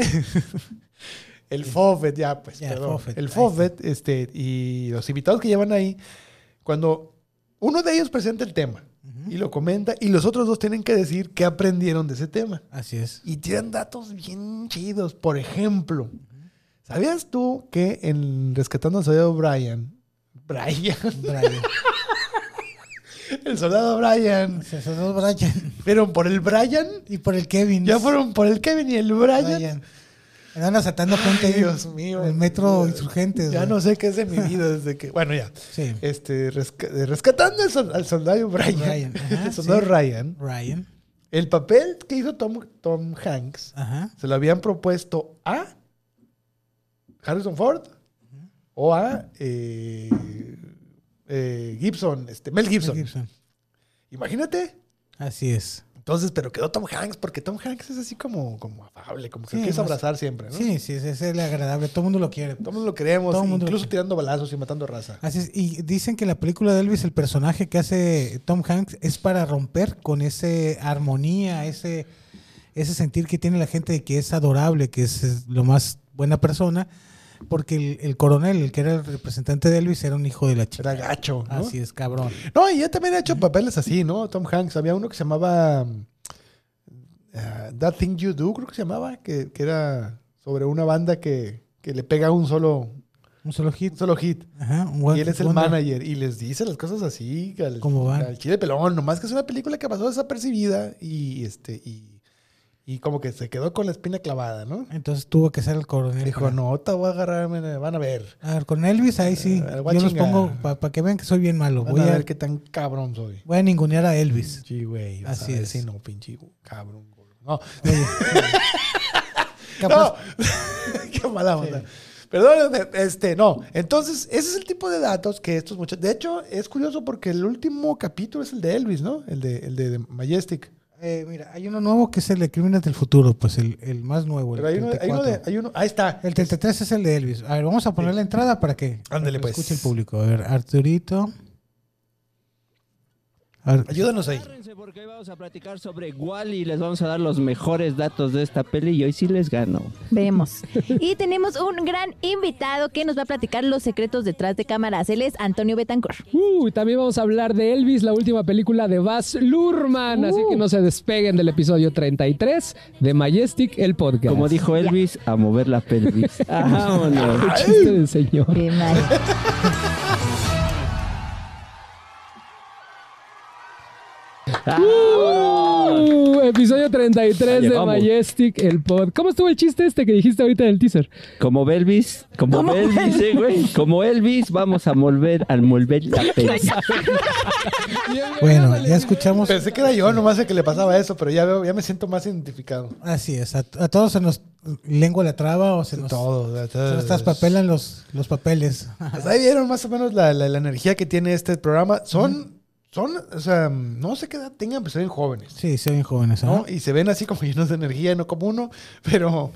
El Poffet, ya, pues,
Ya,
perdón.
Poffet, ahí
El
está.
Poffet, este, y los invitados que llevan ahí, cuando uno de ellos presenta el tema y lo comenta, y los otros dos tienen que decir qué aprendieron de ese tema.
Así es.
Y tiran datos bien chidos. Por ejemplo, ¿sabías tú que en Rescatando al Soldado Brian, Brian,
Brian.
el soldado Brian,
Se salió Brian.
fueron por el Brian,
Y por el Kevin.
ya fueron por el Kevin y el Brian.
Brian. Andan asaltando gente
Ay,
ahí
Dios mío.
En el metro insurgentes.
Ya
güey.
no sé qué es de mi vida desde que. Bueno, ya.
Sí.
Este, resca- eh, rescatando al, sol- al soldado Brian.
Brian, ajá,
el soldado
sí.
Ryan.
Ryan.
El papel que hizo Tom, Tom Hanks
Ajá.
se lo habían propuesto a Harrison Ford o a eh, eh, Gibson, este, Mel Gibson.
Gibson.
Imagínate.
Así es.
Entonces, pero quedó Tom Hanks, porque Tom Hanks es así como, como afable, como que
Sí,
quiere
más-
abrazar siempre, ¿no?
Sí, sí, ese es el agradable. Todo el mundo lo quiere.
Todo el mundo lo queremos,
Todo el mundo lo
incluso
quiere.
tirando balazos y matando raza.
Así es. Y dicen que la película de Elvis, el personaje que hace Tom Hanks, es para romper con ese armonía, ese, ese sentir que tiene la gente de que es adorable, que es, es lo más buena persona, porque el, el coronel, el que era el representante de Elvis, era un hijo de la chica.
Era gacho, ¿no?
Así es, cabrón.
No, y ya también ha hecho papeles así, ¿no? Tom Hanks. Había uno que se llamaba mm, ah, That Thing You Do, creo que se llamaba, que, que era sobre una banda que, que le pega un solo,
Un solo
un
hit.
solo hit.
Ajá, un
Y
one
él
hit
es el
wonder.
manager y les dice las cosas así, al,
¿Cómo van?
al chile pelón, nomás que es una película que pasó desapercibida y este y, Y como que se quedó con la espina clavada, ¿no?
Entonces tuvo que ser el coronel.
Dijo,
para-
no, te voy a agarrar, mira, van a ver.
A ver, con Elvis, ahí sí.
Ah, el
yo los
guachinga.
pongo para que vean que soy bien malo.
Van
Voy
a
a,
ver qué tan cabrón soy.
voy a ningunear a Elvis.
Sí, güey. vas a
Así
ver
es.
si no, pinche cabrón. gordo. No, No.
Capaz-
Qué mala onda. Perdón, este, no. Entonces, ese es el tipo de datos que estos muchachos. De hecho, es curioso porque el último capítulo es el de Elvis, ¿no? El de, el de Majestic.
Eh, mira, hay uno nuevo que es el de Crímenes del Futuro, pues el, el más nuevo. El
Pero hay uno, hay uno
34.
de- hay uno- ahí está.
El 33 es el de Elvis. A ver, vamos a poner la entrada para que, para
Ándale,
que
pues.
escuche el público. A ver, Arturito. Ar-
Ayúdanos ahí.
Agárrense porque hoy vamos a platicar sobre Wally y les vamos a dar los mejores datos de esta peli y hoy sí les gano.
Vemos. Y tenemos un gran invitado que nos va a platicar los secretos detrás de cámaras. Él es Antonio Betancor.
Uh, también vamos a hablar de Elvis, la última película de Baz Luhrmann. Así
Uh.
que no se despeguen del episodio 33 de Majestic, el podcast.
Como dijo Elvis, a mover la pelvis. Vámonos.
Qué chiste del señor.
Qué mal.
Uh, episodio 33 de
Llegamos.
Majestic, el podcast. ¿Cómo estuvo el chiste este que dijiste ahorita en el teaser?
Como Elvis, como Elvis, eh, güey. Como Elvis, vamos a mover, al mover la pelvis.
Bueno, ya escuchamos.
Pensé que era yo nomás el que le pasaba eso, pero ya veo, ya me siento más identificado.
Así es, a, a todos se nos lengua la traba o se nos,
Todo. de
se
todas
nos traspapelan los, los papeles.
Pues ahí vieron más o menos la, la- la energía que tiene este programa. Son, son, o sea, no sé qué edad tengan, pero se ven jóvenes.
Sí, se ven jóvenes, ¿ah? ¿no?
¿no? Y se ven así como llenos de energía, no como uno, pero,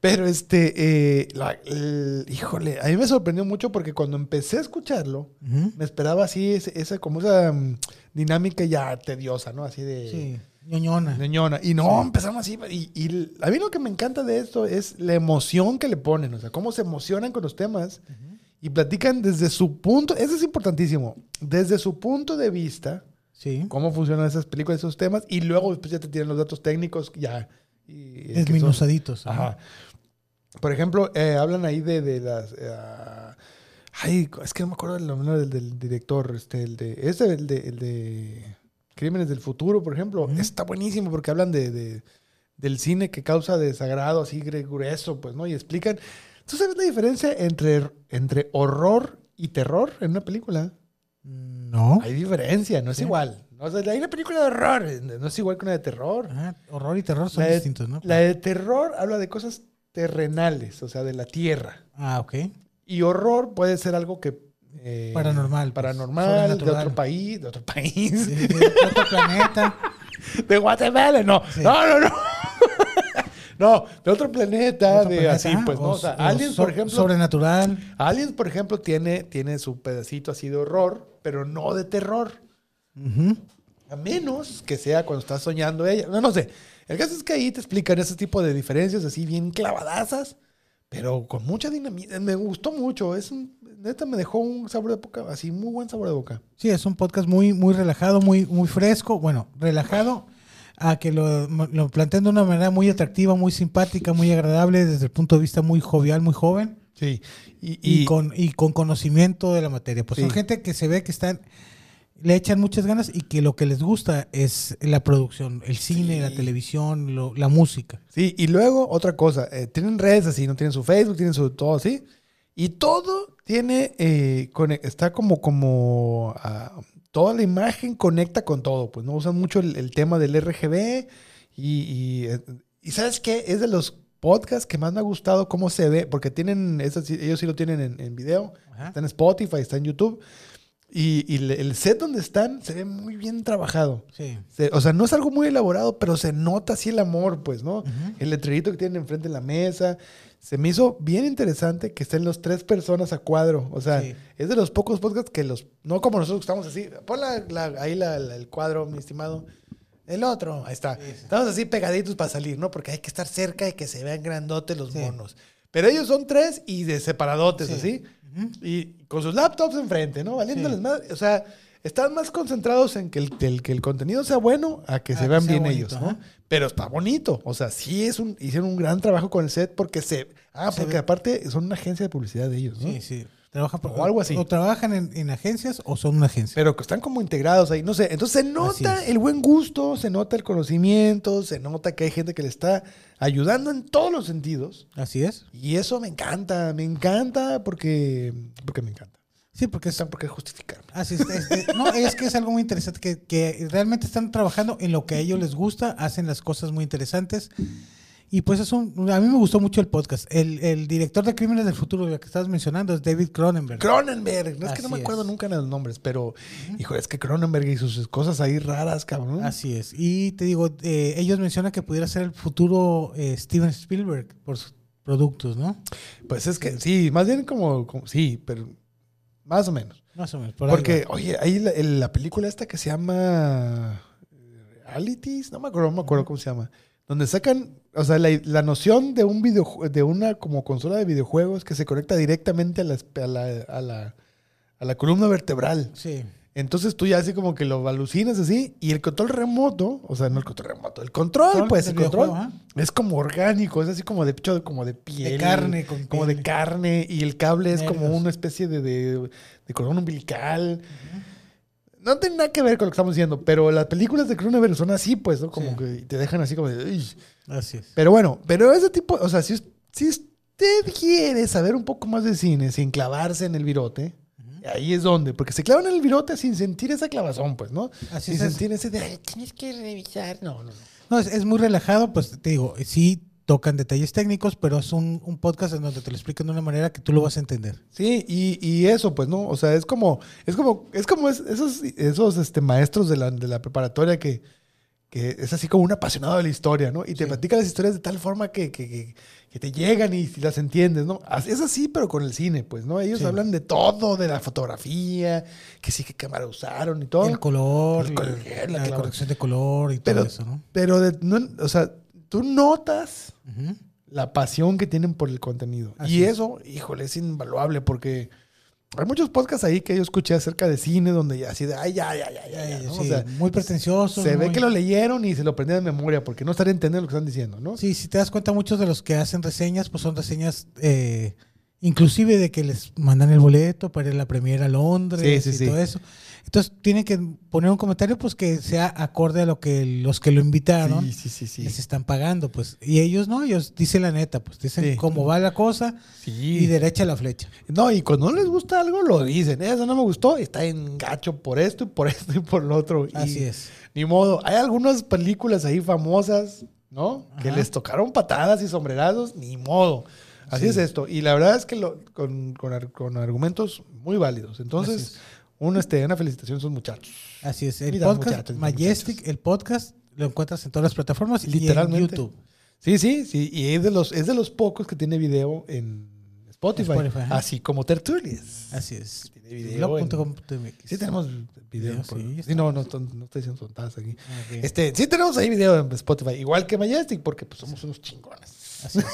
pero este, eh, la- el- híjole, a mí me sorprendió mucho porque cuando empecé a escucharlo,
Ujú.
me esperaba así, ese- esa, como esa mm, dinámica ya tediosa, ¿no? Así de...
Sí, ñoñona.
ñoñona. Y no, empezamos así. Y, y l- a mí lo que me encanta de esto es la emoción que le ponen, o sea, cómo se emocionan con los temas y platican desde su punto, eso es importantísimo, desde su punto de vista,
Sí.
cómo funcionan esas películas, esos temas, y luego después ya te tienen los datos técnicos ya. y- que son-
Desminuzaditos. ¿ah? ¿no?
Ajá. Por ejemplo, eh, hablan ahí de, de las... eh, ah, ay, es que no me acuerdo el nombre del, del director, este, el de... Este, el de, el de Crímenes del Futuro, por ejemplo. Está buenísimo porque hablan de, de- del cine que causa desagrado, así gre- grueso, pues, ¿no? Y explican... ¿Tú sabes la diferencia entre, entre horror y terror en una película?
No.
Hay diferencia, no es igual. O sea, hay una película de horror, eh, no es igual que una de terror.
Ajá, Ah, Horror y terror son
La de-
distintos, ¿no?
La de terror habla de cosas terrenales, o sea, de la tierra.
Ah, ok.
Y horror puede ser algo que... eh,
Paranormal, pues,
Paranormal, de
sobrenatural.
otro país, de otro país,
Sí, sí, otro planeta.
de Guatemala, no,
Sí.
no, no, no. No, de otro planeta,
otro
de
planeta, Ah,
así, pues, ¿no? O sea,
o
Aliens,
so-
por ejemplo,
Sobrenatural.
Aliens, por ejemplo, tiene, tiene su pedacito así de horror, pero no de terror.
Ujú.
A menos que sea cuando estás soñando ella. No, no sé. El caso es que ahí te explican ese tipo de diferencias así bien clavadazas, pero con mucha dinamita. Me gustó mucho. Es un, neta, me dejó un sabor de boca, así muy buen sabor de boca.
Sí, es un podcast muy, muy relajado, muy, muy fresco. Bueno, relajado a que lo, lo planteen de una manera muy atractiva, muy simpática, muy agradable, desde el punto de vista muy jovial, muy joven
Sí. Y,
y,
y-
con, y con conocimiento de la materia. Pues son
Sí.
gente que se ve que están, le echan muchas ganas y que lo que les gusta es la producción, el cine, la televisión, lo- la música.
sí, y luego otra cosa. eh, tienen redes así, ¿no? Tienen su Facebook, tienen su todo así. Y todo tiene, eh, cone- está como, como, ah, toda la imagen conecta con todo. Pues no usan mucho el, el tema del RGB y, y, eh, y ¿sabes qué? Es de los podcasts que más me ha gustado cómo se ve, porque tienen, eso sí- ellos sí lo tienen en, en video,
Ajá.
está en Spotify, está en YouTube. Y, y le- el set donde están se ve muy bien trabajado.
Sí.
Se- o sea, no es algo muy elaborado, pero se nota así el amor, pues, ¿no? El letrerito que tienen enfrente de la mesa. Se me hizo bien interesante que estén los tres personas a cuadro. O sea,
Sí.
es de los pocos podcasts que los... No como nosotros que estamos así. Pon la- la- ahí la- la- el cuadro, mi estimado. El otro, ahí está. Estamos así pegaditos para salir, ¿no? Porque hay que estar cerca de que se vean grandotes los
Sí.
monos. Pero ellos son tres y de separadotes, así. Y con sus laptops enfrente, ¿no? Valiéndoles
Sí.
madre. O sea, están más concentrados en que el, el- que el contenido sea bueno a que
A
se
que
vean
sea
bien
bonito,
ellos, ¿no?
ajá.
Pero está bonito. O sea, sí es un, hicieron un gran trabajo con el set porque se. Ah,
Se
porque
ve-
aparte son una agencia de publicidad de ellos, ¿no?
Sí, sí. Trabajan por-
O algo así.
O trabajan en, en agencias o son una agencia.
Pero que están como integrados ahí, no sé. Entonces se nota
es.
el buen gusto, se nota el conocimiento, se nota que hay gente que le está ayudando en todos los sentidos.
Así es.
Y eso me encanta, me encanta porque, porque me encanta.
Sí, porque es-
Están porque justificarme.
Así es, este, no, es que es algo muy interesante, que, que realmente están trabajando en lo que a ellos les gusta, hacen las cosas muy interesantes. Y pues es un, a mí me gustó mucho el podcast. El, el director de Crímenes del Futuro, el que estabas mencionando, es David Cronenberg.
Cronenberg, no es que no
Así
me acuerdo
es.
nunca de los nombres, pero hijo, es que Cronenberg y sus cosas ahí raras, cabrón.
Así es. Y te digo, eh, ellos mencionan que pudiera ser el futuro eh, Steven Spielberg por sus productos, ¿no?
Pues es que sí, más bien como, como- sí, pero más o menos.
Más o menos. por ahí
Porque,
va.
oye, ahí la, el- la película esta que se llama eh, Realities, no me acuerdo, no me acuerdo cómo se llama, donde sacan, o sea, la, la noción de un video, de una como consola de videojuegos que se conecta directamente a la, esp- a la, a la, a la columna vertebral.
Sí.
Entonces tú ya así como que lo alucinas así y el control remoto, o sea, no el control remoto, el control,
Control
pues
del
el control
videojuego, ¿eh?
es como orgánico, es así como de hecho, como de piel,
carne, con
como
piel.
de carne y el cable es como
Nervios.
una especie de, de, de cordón umbilical. No tiene nada que ver con lo que estamos diciendo, pero las películas de Cronenberg son así, pues, ¿no? Como
Sí.
que te dejan así como de... "Uy".
Así es.
Pero bueno, pero ese tipo, o sea, si, us- si usted quiere saber un poco más de cine sin clavarse en el virote, ahí es donde, porque se clavan en el virote sin sentir esa clavazón, pues, ¿no?
Así
sin
es.
sentir ese de, "Ay, tienes que revisar. No, no, no.
No, es, es muy relajado, pues te digo, sí tocan detalles técnicos, pero es un, un podcast en donde te lo explican de una manera que tú lo vas a entender.
Sí, y, y eso, pues, ¿no? O sea, es como, es como, es como es- esos, esos este, maestros de la, de la preparatoria que, que es así como un apasionado de la historia, ¿no? Y te platican las historias de tal forma que, que, que- que te llegan y, las entiendes, ¿no? As- Es así, pero con el cine, pues, ¿no? Ellos
Sí.
hablan de todo, de la fotografía, que sí, qué cámara usaron y todo.
El color,
El
y
color, la
la,
clave.
corrección de color y todo
Pero-
eso, ¿no?
Pero, de- no, o sea, tú notas
Ujú.
la pasión que tienen por el contenido.
Así
y
es.
eso, híjole, es invaluable porque hay muchos podcasts ahí que yo escuché acerca de cine donde ya así de, ay, ya, ya, ya, ya, ya", ¿no?
Sí,
O sea,
muy pretencioso.
se ve
muy-
que lo leyeron y se lo prendieron de memoria porque no estaría entendiendo lo que están diciendo, ¿no?
Sí, si te das cuenta, muchos de los que hacen reseñas, pues son reseñas eh, inclusive de que les mandan el boleto para ir a la premiera a Londres
Sí, sí,
y
sí.
todo eso. Entonces tienen que poner un comentario pues que sea acorde a lo que los que lo invitaron
sí, sí, sí. sí.
les están pagando, pues. Y ellos no, ellos dicen la neta, pues dicen
Sí.
cómo va la cosa y
Sí.
derecha la flecha.
No, y cuando no les gusta algo lo dicen, eso no me gustó, está en gacho por esto y por esto y por lo otro. Y
Así es.
Ni modo, hay algunas películas ahí famosas, ¿no? Que
Ajá.
les tocaron patadas y sombrerazos, ni modo. Así
Sí.
es esto. Y la verdad es que lo- con, con ar- con argumentos muy válidos. Entonces,
Así es.
un, este, una felicitación a esos muchachos.
Así es. El
Mira,
podcast
muchachos, mira,
Majestic, el podcast lo encuentras en todas las plataformas y en
Literalmente.
YouTube.
Sí, sí, sí. Y es de los, es de los pocos que tiene video en Spotify.
Spotify, ajá.
así como Tertulias.
Así es.
Tiene video en-
Blog.com.mx.
Sí tenemos video.
Video,
por-
sí,
Sí,
está.
no, no, ton- no estoy diciendo tontadas aquí.
Ah, ok.
Este, sí tenemos ahí video en Spotify, igual que Majestic, porque pues somos unos chingones.
Así es.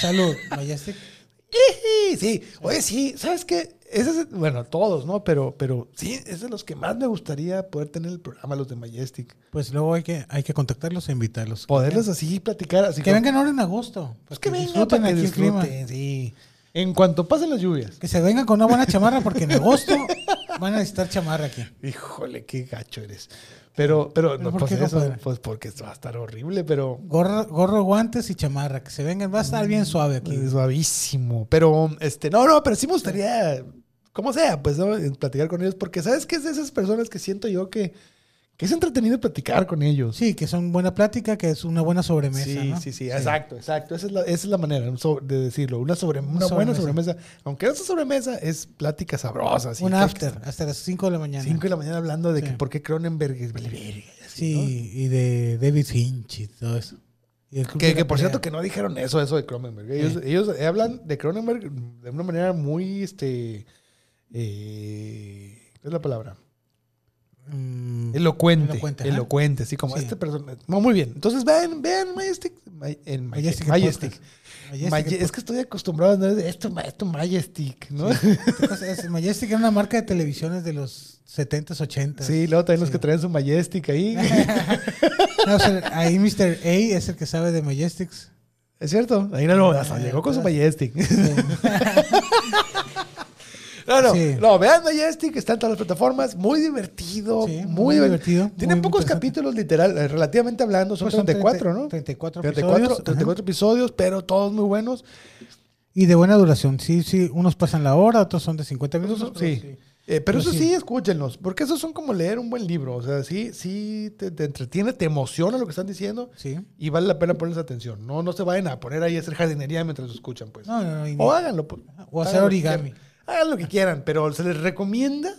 Salud, Majestic.
Sí, sí. Oye, sí, ¿sabes qué? Ese es, bueno, todos, ¿no? Pero, pero sí, es de los que más me gustaría poder tener el programa, los de Majestic.
Pues luego hay que, hay que contactarlos e invitarlos.
Poderlos así platicar, así
Que
como-
vengan ahora en agosto.
Pues
para
que vengan
disfruten
para que
aquí el clima.
disfruten, sí. En cuanto pasen las lluvias.
Que se vengan con una buena chamarra porque en agosto van a necesitar chamarra aquí.
Híjole, qué gacho eres. Pero, pero,
¿Pero
no,
por
pues
qué,
eso,
compadre?
pues porque esto va a estar horrible, pero
Gorro, gorro, guantes y chamarra. Que se vengan. Va a estar bien suave aquí.
eh, suavísimo. Pero, este, no, no, pero sí me gustaría, como sea, pues, ¿no? platicar con ellos, porque sabes que es de esas personas que siento yo que, que es entretenido platicar con ellos.
Sí, que son buena plática, que es una buena sobremesa.
Sí,
¿no?
sí, sí, exacto, exacto. Esa es la, esa es la manera un sobre- de decirlo. Una, sobre, una buena
sobremesa.
sobremesa. Aunque no sea sobremesa, es plática sabrosa. Así,
Un
que-
after, hasta las 5 de la mañana.
Cinco de la mañana hablando de
Sí.
que por qué Cronenberg es vale verga, y así, ¿no?
Sí, y de David Finch y todo eso. Y el Club de
Que,
la
que, por cierto que
Pelea.
no dijeron eso, eso de Cronenberg. Ellos,
Sí.
ellos hablan de Cronenberg de una manera muy, este, eh, ¿qué es la palabra?
Mm,
Elocuente.
Elocuente,
Elocuente,
ajá.
así como
Sí.
este personaje. No, muy bien. Entonces vean, vean Majestic. May- en May-
Majestic
Majestic.
Podcast. Majestic
Maje- es que estoy acostumbrado a andar de esto, ma- esto Majestic, ¿no? Sí,
Entonces, es- Majestic era una marca de televisiones de los 70s, 80s.
luego también los
Sí.
que traen su Majestic ahí.
No, o sea, ahí Mr. A es el que sabe de Majestics.
es cierto, ahí no, no, hasta
Ah,
llegó con su
claro.
Majestic.
Sí.
No, no,
Sí.
no, vean Majestic, está en todas las plataformas, muy divertido,
Sí,
muy,
muy
divertido.
divertido,
Tiene
muy
pocos
interesante.
capítulos, literal, eh, relativamente hablando, son
Pues son
34,
30,
¿no?
34
34,
episodios,
34 episodios, pero todos muy buenos.
Y de buena duración. Sí, sí. Unos pasan la hora, otros son de 50 minutos. pero
sí.
sí.
Eh, pero
Pero
eso sí.
sí.
escúchenlos, porque esos son como leer un buen libro. O sea, sí, sí te, te entretiene, te emociona lo que están diciendo
Sí.
y vale la pena ponerles atención. No, no se vayan a poner ahí a hacer jardinería mientras lo escuchan, pues.
No, no, no, y
o
ni-
háganlo. pues.
O hacer
Hagan lo que
origami.
quieran. Hagan lo que quieran, pero se les recomienda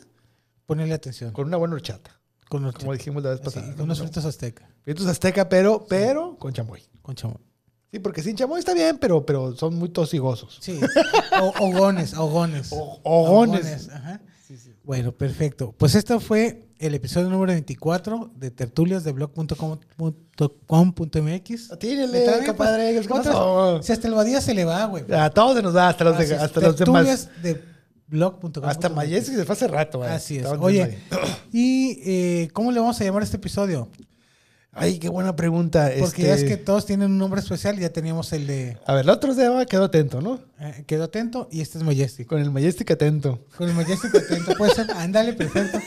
Ponerle atención.
con una buena horchata,
Con, los-
como dijimos la vez
así,
pasada.
con unos
¿no?
fritos azteca.
Fritos azteca, pero, pero con chamoy.
Con chamoy.
Sí, porque sin chamoy está bien, pero, pero son muy tosigosos.
Sí. O- Ogones, ogones.
O- ogones.
ajá. Bueno, perfecto. Pues este fue el episodio número 24 de tertulias de blog.com.mx.
Atínele,
¿Está bien?
compadre,
Pues,
¿qué
otras-
pasó?
Si hasta el Badía se le va, güey.
A todos se nos da, hasta los, de,
Así es,
hasta los demás.
tertulias de blog.com.mx.
Hasta Majestic se fue hace rato. güey.
Así es.
Estaban
Oye,
diciendo ahí.
¿y eh, cómo le vamos a llamar a este episodio?
Ay, qué buena pregunta.
Porque
este...
ya es que todos tienen un nombre especial. Ya teníamos el de
A ver, el otro se llama Quedo Atento, ¿no?
eh, Quedo Atento y este es Majestic.
Con el Majestic Atento.
Con el Majestic atento, puede ser. Ándale, perfecto.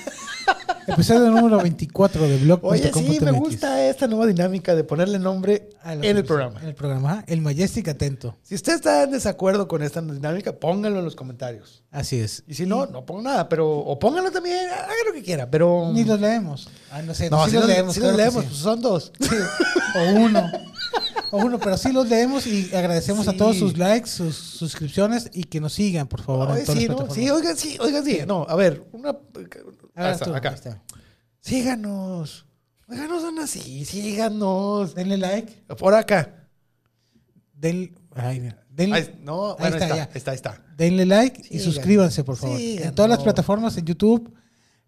Episodio número 24 de blog.
Oye, sí, me gusta esta nueva dinámica de ponerle nombre en el programa.
En el programa, ajá, el Majestic atento.
Si usted está en desacuerdo con esta dinámica, póngalo en los comentarios.
Así es.
Y si no, no pongo nada, pero o pónganlo también, haga lo que quiera, pero
Ni los leemos. Ah, no sé,
no,
sí los leemos.
sí
claro
los
que
leemos,
sí.
pues son dos.
Sí, O uno. O uno, pero sí los leemos y agradecemos
Sí.
a todos sus likes, sus suscripciones y que nos sigan, por favor.
Oye,
en todas
sí,
las
¿no?
plataformas. Ah,
Sí, oigan, sí, oigan, sí. No, a ver, una ah,
Ahora
hasta
tú, ahí
acá.
está.
Síganos. Síganos este. son así, síganos.
Denle like.
Por acá.
Del, ay, mira, denle,
Ahí- no,
ahí
bueno, ahí
está,
está,
ya.
está, está, está.
Denle like y
Síganos.
suscríbanse, por favor.
Síganos.
En todas las plataformas, en YouTube,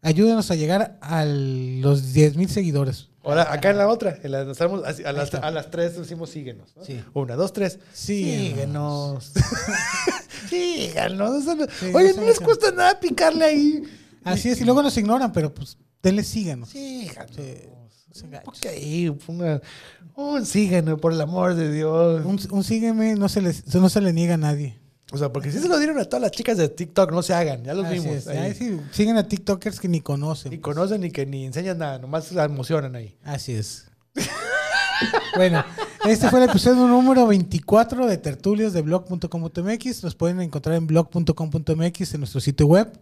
ayúdenos a llegar a los 10 mil seguidores.
Ahora, acá en la otra, en la- nos estamos- así, a, las,
está.
a las tres decimos síguenos. ¿no?
Sí.
Una, dos, tres.
Síguenos.
Síguenos. síganos. o sea, no-
Sí,
Oye,
no
no les
sé.
cuesta nada picarle ahí.
Así es, y luego nos ignoran, pero pues denle síganos.
Síganos. Porque ahí, una- un síganos, por el amor de Dios.
Un, un sígueme no se, les, no se le niega a nadie.
O sea, porque si se lo dieron a todas las chicas de TikTok, no se hagan, ya los
Así
vimos.
es,
ahí.
ahí sí, siguen a TikTokers que ni conocen.
Ni conocen ni que ni enseñan nada, nomás se emocionan ahí.
Así es. bueno, este fue el episodio número 24 de Tertulias de blog.com.mx. Los pueden encontrar en blog.com.mx en nuestro sitio web,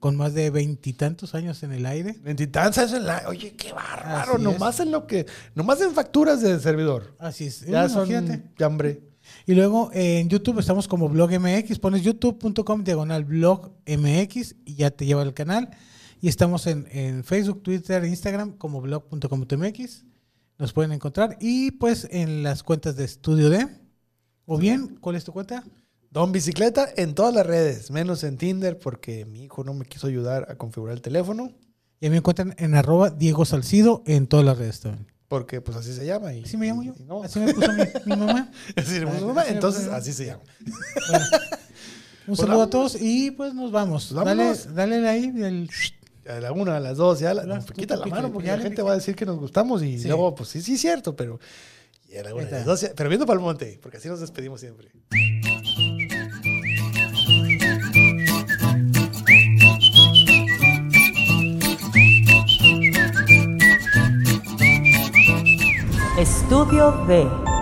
con más de veintitantos años en el aire.
Ventitanza eso en la. Oye, qué bárbaro.
Así es.
nomás en lo que. Nomás en facturas de servidor.
Así es.
Ya
Bueno,
son.
imagínate.
Ya hambre.
Y luego eh, en YouTube estamos como blog MX. Pones youtube.com diagonal blog MX y ya te lleva al canal. Y estamos en, en Facebook, Twitter, Instagram como blog.com.mx. Nos pueden encontrar. Y pues en las cuentas de Estudio D. O bien, ¿cuál es tu cuenta?
Don Bicicleta en todas las redes, menos en Tinder, porque mi hijo no me quiso ayudar a configurar el teléfono,
Y a mí me encuentran en arroba Diego Salcido en todas las redes también.
porque pues así se llama. Y,
Así me llamo yo.
y no.
Así me puso mi, mi mamá.
Así le puso mamá, entonces así se llama.
Bueno, un
Pues
saludo a
vámonos.
todos y pues nos vamos. Dale,
Vámonos.
dale ahí del...
A la una, a las dos, ya la,
Las-
no, quita la
pícale,
mano porque
ya
la
le
gente
piqué.
va a decir que nos gustamos y
Sí.
luego, pues sí, sí, es cierto, pero. y a la una,
Ahí
a
está.
las dos, ya- pero viendo para el monte, porque así nos despedimos siempre.
Estudio B.